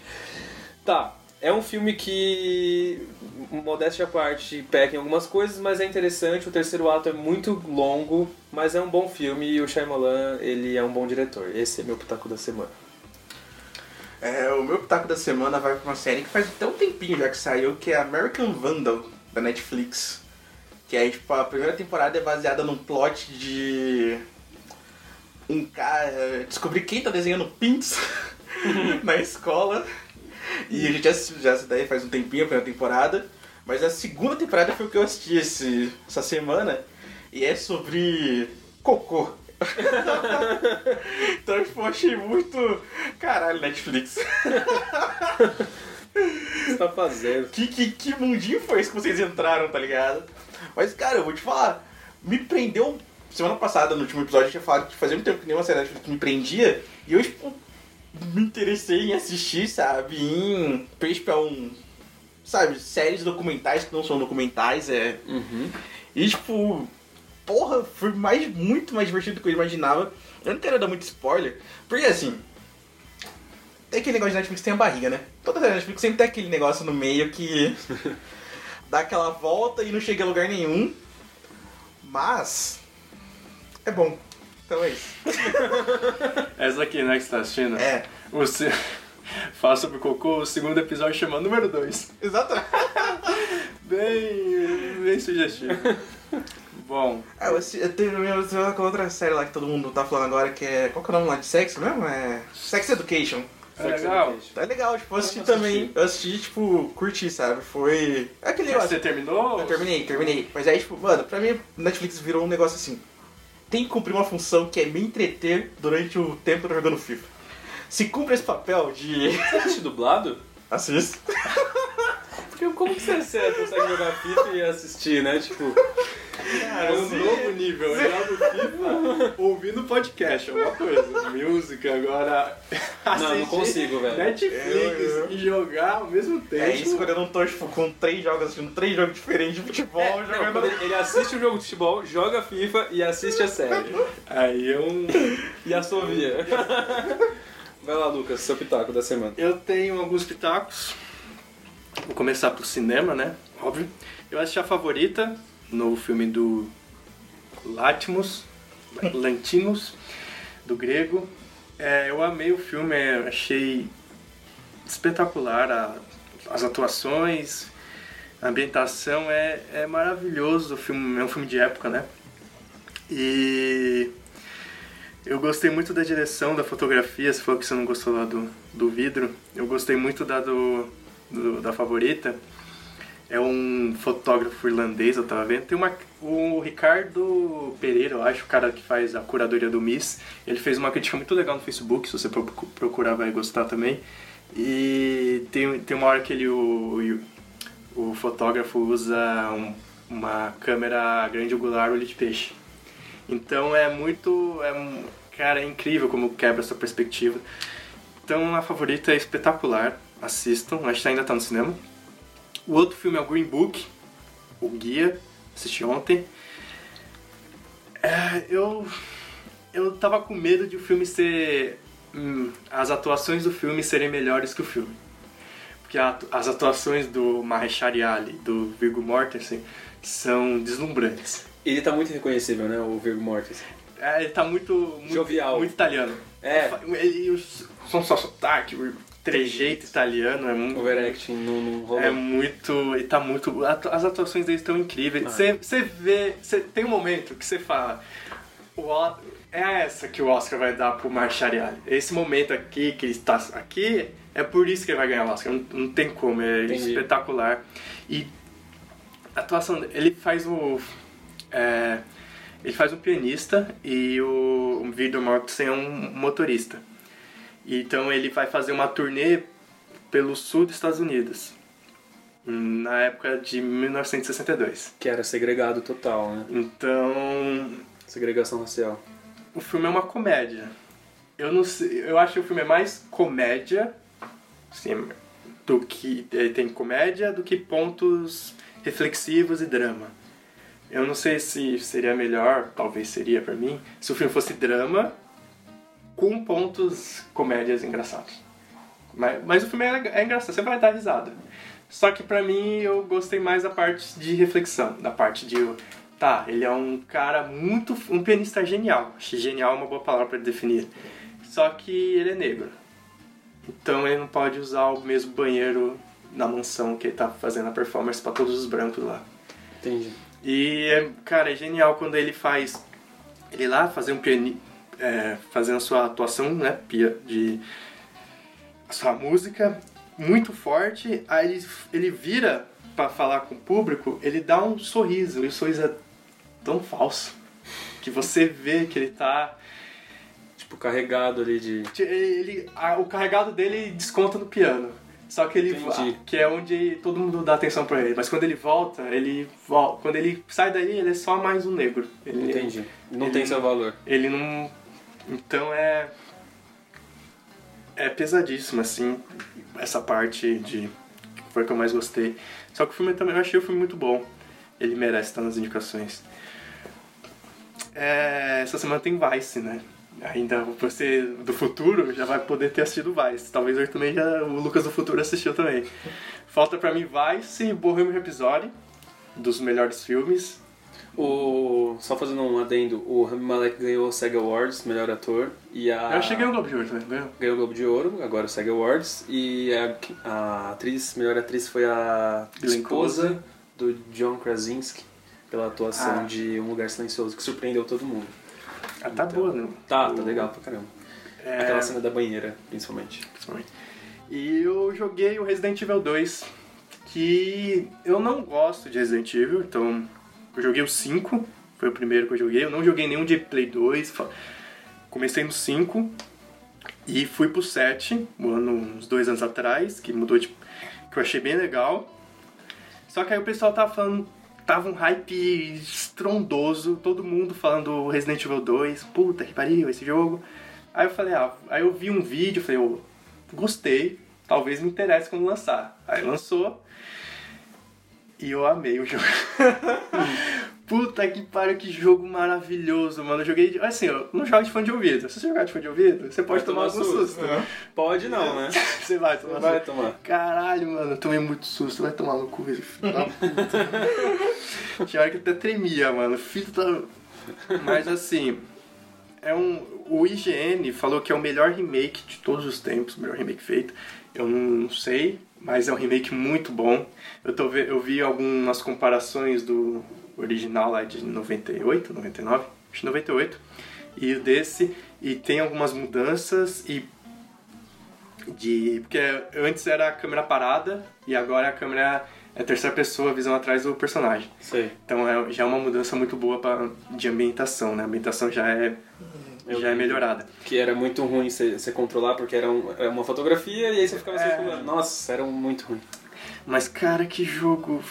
Speaker 2: Tá, é um filme que, modéstia à parte, peca em algumas coisas, mas é interessante. O terceiro ato é muito longo, mas é um bom filme e o Shyamalan, ele é um bom diretor. Esse é meu pitaco da semana.
Speaker 3: É, o meu pitaco da semana vai pra uma série que faz até um tempinho já que saiu, que é American Vandal, da Netflix. Que é, tipo, a primeira temporada é baseada num plot de... Um cara... Descobrir quem tá desenhando pins na escola. E a gente já assistiu já essa daí faz um tempinho, a primeira temporada. Mas a segunda temporada foi o que eu assisti esse- essa semana. E é sobre... Cocô. Então, tipo, eu achei muito... Caralho, Netflix.
Speaker 2: O que você tá fazendo?
Speaker 3: Que, que, que mundinho foi esse que vocês entraram, tá ligado? Mas, cara, eu vou te falar, me prendeu. Semana passada, no último episódio, eu tinha falado que fazia muito tempo que nenhuma série Netflix me prendia. E eu, tipo, me interessei em assistir, sabe? Em. Principal um. Sabe? Séries documentais que não são documentais, é. E, tipo. Porra, foi mais, muito mais divertido do que eu imaginava. Eu não quero dar muito spoiler, porque assim. Tem É aquele negócio de Netflix que tem a barriga, né? Toda série Netflix sempre tem aquele negócio no meio que dá aquela volta e não chega a lugar nenhum. Mas é bom. Então é isso.
Speaker 6: Essa aqui, né, que você tá assistindo?
Speaker 3: É.
Speaker 6: O se... Fala sobre o cocô, o segundo episódio chama número 2.
Speaker 3: Exatamente.
Speaker 6: Bem, bem sugestivo. Bom,
Speaker 3: Ah, eu assi- eu teve eu teve aquela outra série lá que todo mundo tá falando agora que é. Qual que é o nome lá de sexo mesmo? É. Sex Education.
Speaker 6: é legal.
Speaker 3: É legal, tipo, eu assisti também. Eu assisti, tipo, curti, sabe? Foi. É aquele
Speaker 6: Mas
Speaker 3: negócio.
Speaker 6: Você terminou?
Speaker 3: Eu terminei, terminei. Mas aí, tipo, mano, pra mim, Netflix virou um negócio assim. Tem que cumprir uma função que é me entreter durante o tempo que eu tô jogando FIFA. Se cumpre esse papel de.
Speaker 2: Você assiste Tá dublado?
Speaker 3: Assista.
Speaker 2: Porque como que você, você consegue jogar FIFA e assistir, né? Tipo,
Speaker 6: Cara, um novo nível. Eu jogo FIFA ouvindo podcast, é uma coisa. Música, agora.
Speaker 2: Não, não
Speaker 6: assistir
Speaker 2: consigo, velho.
Speaker 6: Netflix
Speaker 3: Eu, eu.
Speaker 6: e jogar ao mesmo tempo.
Speaker 3: É isso quando eu não tô, tipo, com três jogos assistindo três jogos diferentes de futebol,
Speaker 2: É, não,
Speaker 3: jogando.
Speaker 2: quando ele ele assiste o jogo de futebol, joga FIFA e assiste a série.
Speaker 6: Aí é um.
Speaker 2: E assovia. Vai lá, Lucas, seu pitaco da semana.
Speaker 6: Eu tenho alguns pitacos. Vou começar pro cinema, né? Óbvio. Eu assisti a favorita, novo filme do Latimus, Lantimos, do grego. É, eu amei o filme, é, achei espetacular a- as atuações, a ambientação é, é maravilhoso. O filme é um filme de época, né? E eu gostei muito da direção, da fotografia. Você falou que você não gostou lá do, do vidro. Eu gostei muito da do, do- da favorita. É um fotógrafo irlandês, eu tava vendo. Tem uma, o Ricardo Pereira, eu acho, o cara que faz a curadoria do Miss. Ele fez uma crítica muito legal no Facebook. Se você pro- procurar, vai gostar também. E tem, tem uma hora que ele, o, o, o fotógrafo usa um- uma câmera grande angular olho de peixe. Então é muito. É, um- cara, é incrível como quebra essa perspectiva. Então a favorita é espetacular. Assistam, acho que ainda tá no cinema. O outro filme é o Green Book, o Guia, assisti ontem. É, eu. Eu tava com medo de o filme ser. hum, as atuações do filme serem melhores que o filme. Porque a- as atuações do Maheshwari Ali, do Viggo Mortensen, são deslumbrantes.
Speaker 2: Ele tá muito reconhecível, né, o Virgo Mortis.
Speaker 6: É, ele tá muito. muito
Speaker 2: Jovial.
Speaker 6: Muito italiano.
Speaker 2: É.
Speaker 6: Ele, ele, são só sotaque, o trejeito italiano, é muito.
Speaker 2: Overacting não, não rolou.
Speaker 6: É muito. Ele tá muito. atu- As atuações dele estão incríveis. Você você vê. Você tem um momento que você fala. "O O- é essa que o Oscar vai dar pro Marchariali. Esse momento aqui que ele está aqui, é por isso que ele vai ganhar o Oscar. Não, não tem como, é
Speaker 2: Entendi.
Speaker 6: espetacular. E a atuação dele- ele faz o é, ele faz um pianista e o, o Viggo Mortensen é um motorista então ele vai fazer uma turnê pelo sul dos Estados Unidos hum, na época de 1962
Speaker 2: Que era segregado total, né?
Speaker 6: então
Speaker 2: Segregação racial.
Speaker 6: o filme é uma comédia. Eu não sei, eu acho que o filme é mais comédia assim, do que eh, tem comédia do que pontos reflexivos e drama. Eu não sei se seria melhor, talvez seria pra mim, se o filme fosse drama com pontos comédias engraçados. Mas, mas o filme é, lega- é engraçado, você vai dar risada. Só que pra mim eu gostei mais da parte de reflexão, da parte de. Tá, ele é um cara muito. um pianista genial. Acho que genial é uma boa palavra pra definir. Só que ele é negro. Então ele não pode usar o mesmo banheiro na mansão que ele tá fazendo a performance pra todos os brancos lá.
Speaker 2: Entendi.
Speaker 6: E, é, cara, é genial quando ele faz. Ele lá fazer um piani, é, fazendo a sua atuação, né? pia- De. A sua música muito forte. Aí ele, ele vira pra falar com o público, ele dá um sorriso. E o sorriso é tão falso que você vê que ele tá.
Speaker 2: Tipo, carregado ali de...
Speaker 6: Ele, a- o carregado dele desconta no piano. Só que ele
Speaker 2: Entendi.
Speaker 6: va- que é onde todo mundo dá atenção pra ele. Mas quando ele volta, ele volta. Quando ele sai daí, ele é só mais um negro. Ele,
Speaker 2: Entendi. Não
Speaker 6: ele-
Speaker 2: tem seu valor.
Speaker 6: Ele não. Então é. É pesadíssimo, assim, essa parte de. que Foi a que eu mais gostei. Só que o filme também eu achei o filme muito bom. Ele merece estar nas indicações. É, essa semana tem Vice, né? Ainda você do futuro já vai poder ter assistido Vice. Talvez eu também já. O Lucas do futuro assistiu também. Falta pra mim Vice e Bohemian Rhapsody, dos melhores filmes.
Speaker 2: O... Só fazendo um adendo, o Rami Malek ganhou o SEG Awards, melhor ator. E a...
Speaker 6: Eu cheguei no Globo de Ouro também, ganhou?
Speaker 2: Ganhou o Globo de Ouro, agora o SEG Awards. E a, a atriz, melhor atriz foi a
Speaker 6: Glenn
Speaker 2: esposa do John Krasinski pela atuação
Speaker 6: Ah.
Speaker 2: de Um Lugar Silencioso, que surpreendeu todo mundo.
Speaker 6: Ah, tá boa, né?
Speaker 2: Então, Tá, tá legal pra caramba.
Speaker 6: É,
Speaker 2: Aquela cena da banheira, principalmente.
Speaker 6: principalmente. E eu joguei o Resident Evil 2, que eu não gosto de Resident Evil, então eu joguei o 5, foi o primeiro que eu joguei. Eu não joguei nenhum de Play 2, fa- comecei no 5 e fui pro 7, um ano, uns dois anos atrás, que mudou de. que eu achei bem legal. Só que aí o pessoal tava falando Tava um hype estrondoso, todo mundo falando Resident Evil 2, puta que pariu esse jogo. Aí eu falei, ah, aí eu vi um vídeo, falei, eu gostei, talvez me interesse quando lançar. Aí lançou e eu amei o jogo. Puta que pariu, que jogo maravilhoso, mano. Eu joguei. de- Assim, eu não jogo de fone de ouvido. Se você jogar de fone de ouvido, você
Speaker 2: Vai
Speaker 6: pode tomar, algum susto. né?
Speaker 2: Pode não, né?
Speaker 6: Você vai tomar
Speaker 2: Vai
Speaker 6: susto.
Speaker 2: tomar.
Speaker 6: Caralho, mano, eu tomei muito susto. Vai tomar no cu, velho. filho da puta. Tinha hora que eu até tremia, mano. Filho da... Mas assim, é um. O IGN falou que é o melhor remake de todos os tempos, o melhor remake feito. Eu não sei, mas é um remake muito bom. Eu, tô, ve- eu vi algumas comparações do original lá de 98, 99, acho que 98, e o desse, e tem algumas mudanças e de. Porque antes era a câmera parada e agora a câmera é terceira pessoa, a visão atrás do personagem.
Speaker 2: Sei.
Speaker 6: Então é, já é uma mudança muito boa pra, de ambientação, né? A ambientação já é,
Speaker 2: Eu
Speaker 6: já é
Speaker 2: vi.
Speaker 6: melhorada.
Speaker 2: Que era muito ruim você você controlar porque era, um- era uma fotografia e aí você ficava
Speaker 6: É.
Speaker 2: circulando. Nossa, era um muito ruim.
Speaker 6: Mas cara, que jogo.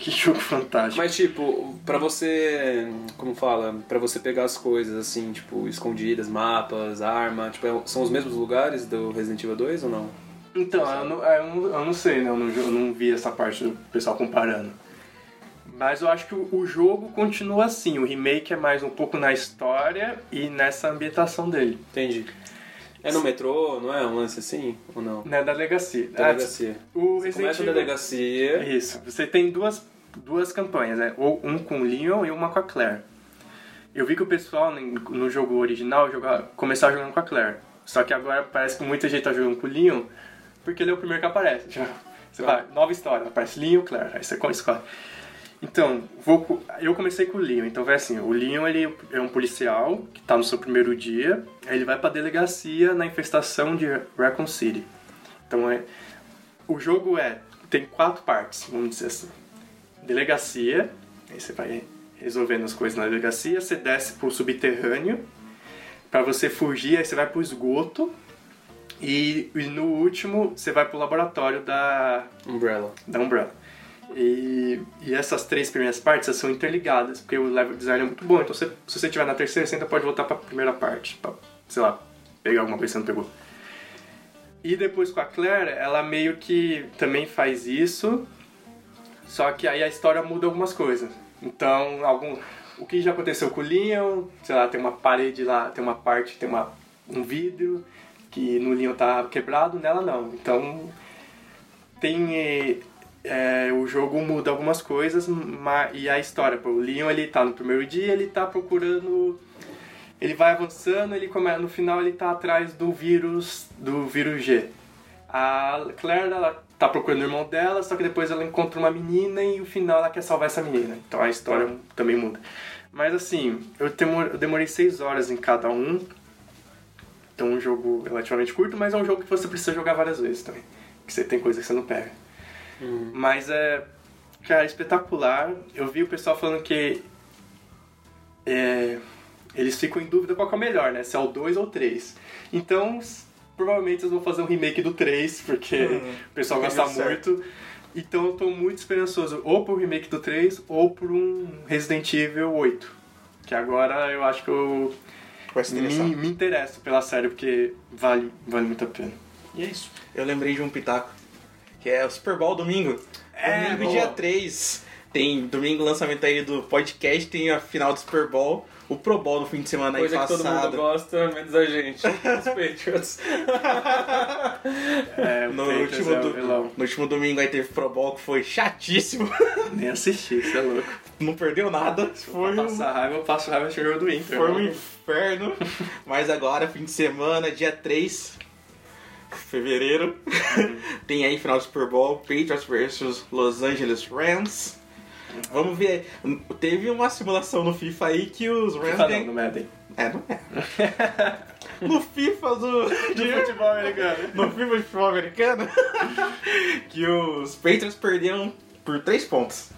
Speaker 6: Que jogo fantástico.
Speaker 2: Mas tipo, pra você, como fala, Pra você pegar as coisas assim, tipo, escondidas, mapas, arma, tipo, é- são os mesmos lugares do Resident Evil 2 ou não?
Speaker 6: Então, eu não, eu não, eu não sei, né? Eu não, eu não vi essa parte do pessoal comparando. Mas eu acho que o, o jogo continua assim. O remake é mais um pouco na história e nessa ambientação dele.
Speaker 2: Entendi. É no metrô, não é? Um lance assim ou não?
Speaker 6: Né? Da Legacy.
Speaker 2: Delegacia.
Speaker 6: O
Speaker 2: Você
Speaker 6: Resident
Speaker 2: começa na
Speaker 6: Evil-
Speaker 2: delegacia.
Speaker 6: Isso. Você tem duas, duas campanhas, né? Ou um com o Leon e uma com a Claire. Eu vi que o pessoal no- no jogo original jogava, começava jogando com a Claire. Só que agora parece que muita gente tá jogando com o Leon, porque ele é o primeiro que aparece. Já. Você vai, nova história, aparece Leon Claire, aí você escolhe. Então, vou, co- eu comecei com o Leon, então vai assim, o Leon ele é um policial que tá no seu primeiro dia, aí ele vai pra delegacia na infestação de Raccoon City. Então é, o jogo é. Tem quatro partes, vamos dizer assim. Delegacia, aí você vai resolvendo as coisas na delegacia, você desce pro subterrâneo, pra você fugir, aí você vai pro esgoto, e, e no último você vai pro laboratório da,
Speaker 2: Umbrella.
Speaker 6: da Umbrella. um E, e essas três primeiras partes elas são interligadas, porque o level design é muito bom. Então, você- se você estiver na terceira, você ainda pode voltar pra primeira parte, pra, sei lá, pegar alguma coisa que você não pegou. E depois com a Claire, ela meio que também faz isso, só que aí a história muda algumas coisas. Então, algum, o que já aconteceu com o Leon, sei lá, tem uma parede lá, tem uma parte, tem uma, um vidro que no Leon tá quebrado, nela não. Então, tem eh, eh, o jogo muda algumas coisas ma- e a história pô, o Leon ele tá no primeiro dia ele tá procurando ele vai avançando ele come, no final ele tá atrás do vírus do vírus G a Claire ela tá procurando o irmão dela só que depois ela encontra uma menina e no final ela quer salvar essa menina então a história também muda mas assim eu, demor- eu demorei seis horas em cada um então é um jogo relativamente curto, mas é um jogo que você precisa jogar várias vezes também. Que você tem coisa que você não pega.
Speaker 3: Hum.
Speaker 6: Mas é. Cara, espetacular. Eu vi o pessoal falando que. É, eles ficam em dúvida qual que é o melhor, né? Se é o 2 ou o 3. Então, s- provavelmente eles vão fazer um remake do 3, porque o pessoal
Speaker 3: Hum. Deu
Speaker 6: gosta
Speaker 3: certo.
Speaker 6: muito. Então eu tô muito esperançoso ou por um remake do 3 ou por um Resident Evil 8. Que agora eu acho que eu
Speaker 3: Vai se interessar.
Speaker 6: me, me interesso pela série porque vale, vale muito a pena.
Speaker 3: E é isso. Eu lembrei de um pitaco. Que é o Super Bowl domingo.
Speaker 6: É,
Speaker 3: domingo
Speaker 6: boa.
Speaker 3: dia 3. Tem domingo lançamento aí do podcast, tem a final do Super Bowl, o Pro Bowl no fim de semana
Speaker 2: Coisa
Speaker 3: aí
Speaker 2: que todo mundo
Speaker 3: passado.
Speaker 2: gosta, menos a gente. Os Patriots.
Speaker 6: É, o
Speaker 3: No
Speaker 6: Patriots
Speaker 3: último,
Speaker 6: é o
Speaker 3: do-
Speaker 6: vilão.
Speaker 3: no último domingo aí teve Pro Bowl que foi chatíssimo.
Speaker 6: Nem assisti, isso é louco.
Speaker 3: Não perdeu nada. Foi
Speaker 6: Pra
Speaker 3: um
Speaker 6: passar raiva, eu passo raiva achei o jogo do Inter. né?
Speaker 3: Foi um inferno. Mas agora, fim de semana, dia 3 de fevereiro,
Speaker 6: Uhum.
Speaker 3: tem aí final do Super Bowl, Patriots versus Los Angeles Rams. Vamos ver. Teve uma simulação no FIFA aí que os Rams
Speaker 6: Ah, não,
Speaker 3: tem-
Speaker 6: no Madden.
Speaker 3: É, não é. no FIFA do.
Speaker 6: De futebol americano.
Speaker 3: No FIFA de futebol americano, que os Patriots perderam por 3 pontos.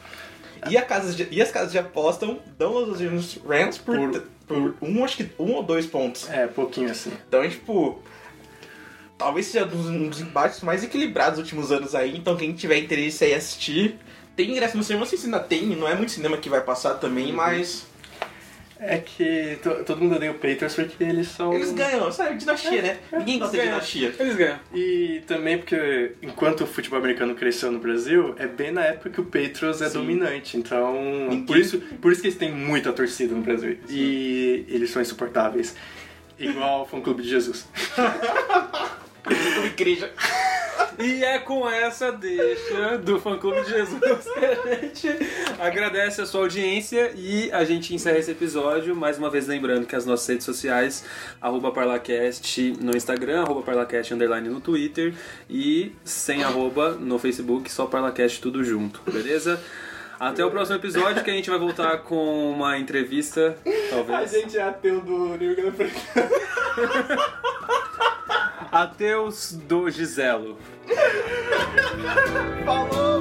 Speaker 3: E, a casa de- e as casas de apostam dão os Angeles Rams por,
Speaker 6: Por-
Speaker 3: por, um, acho que um ou dois pontos.
Speaker 6: É, pouquinho assim.
Speaker 3: Então é tipo. Talvez seja um dos, um dos embates mais equilibrados dos últimos anos aí. Então quem tiver interesse aí em assistir, tem ingresso no cinema, não sei se ainda tem, não é muito cinema que vai passar também, mas
Speaker 6: É que to- todo mundo odeia o Patriots porque eles são.
Speaker 3: eles ganham, sabe? Dinastia, né? Ninguém gosta de
Speaker 2: Ganham.
Speaker 3: dinastia.
Speaker 2: Eles ganham.
Speaker 6: E também porque enquanto o futebol americano cresceu no Brasil, é bem na época que o Patriots é dominante. Então, por isso, por isso que eles têm muita torcida no Brasil. E eles são insuportáveis. Igual o Fã Clube de Jesus.
Speaker 3: Como igreja.
Speaker 2: E é com essa deixa do fã clube de Jesus que a gente agradece a sua audiência e a gente encerra esse episódio. Mais uma vez lembrando que as nossas redes sociais, arroba Parlacast no Instagram, arroba Parlacast underline no Twitter e sem arroba no Facebook, só Parlacast tudo junto, beleza? Até o próximo episódio que a gente vai voltar com uma entrevista, talvez.
Speaker 6: é ateu do New England Patriots.
Speaker 2: Ateus do Giselo.
Speaker 3: Falou!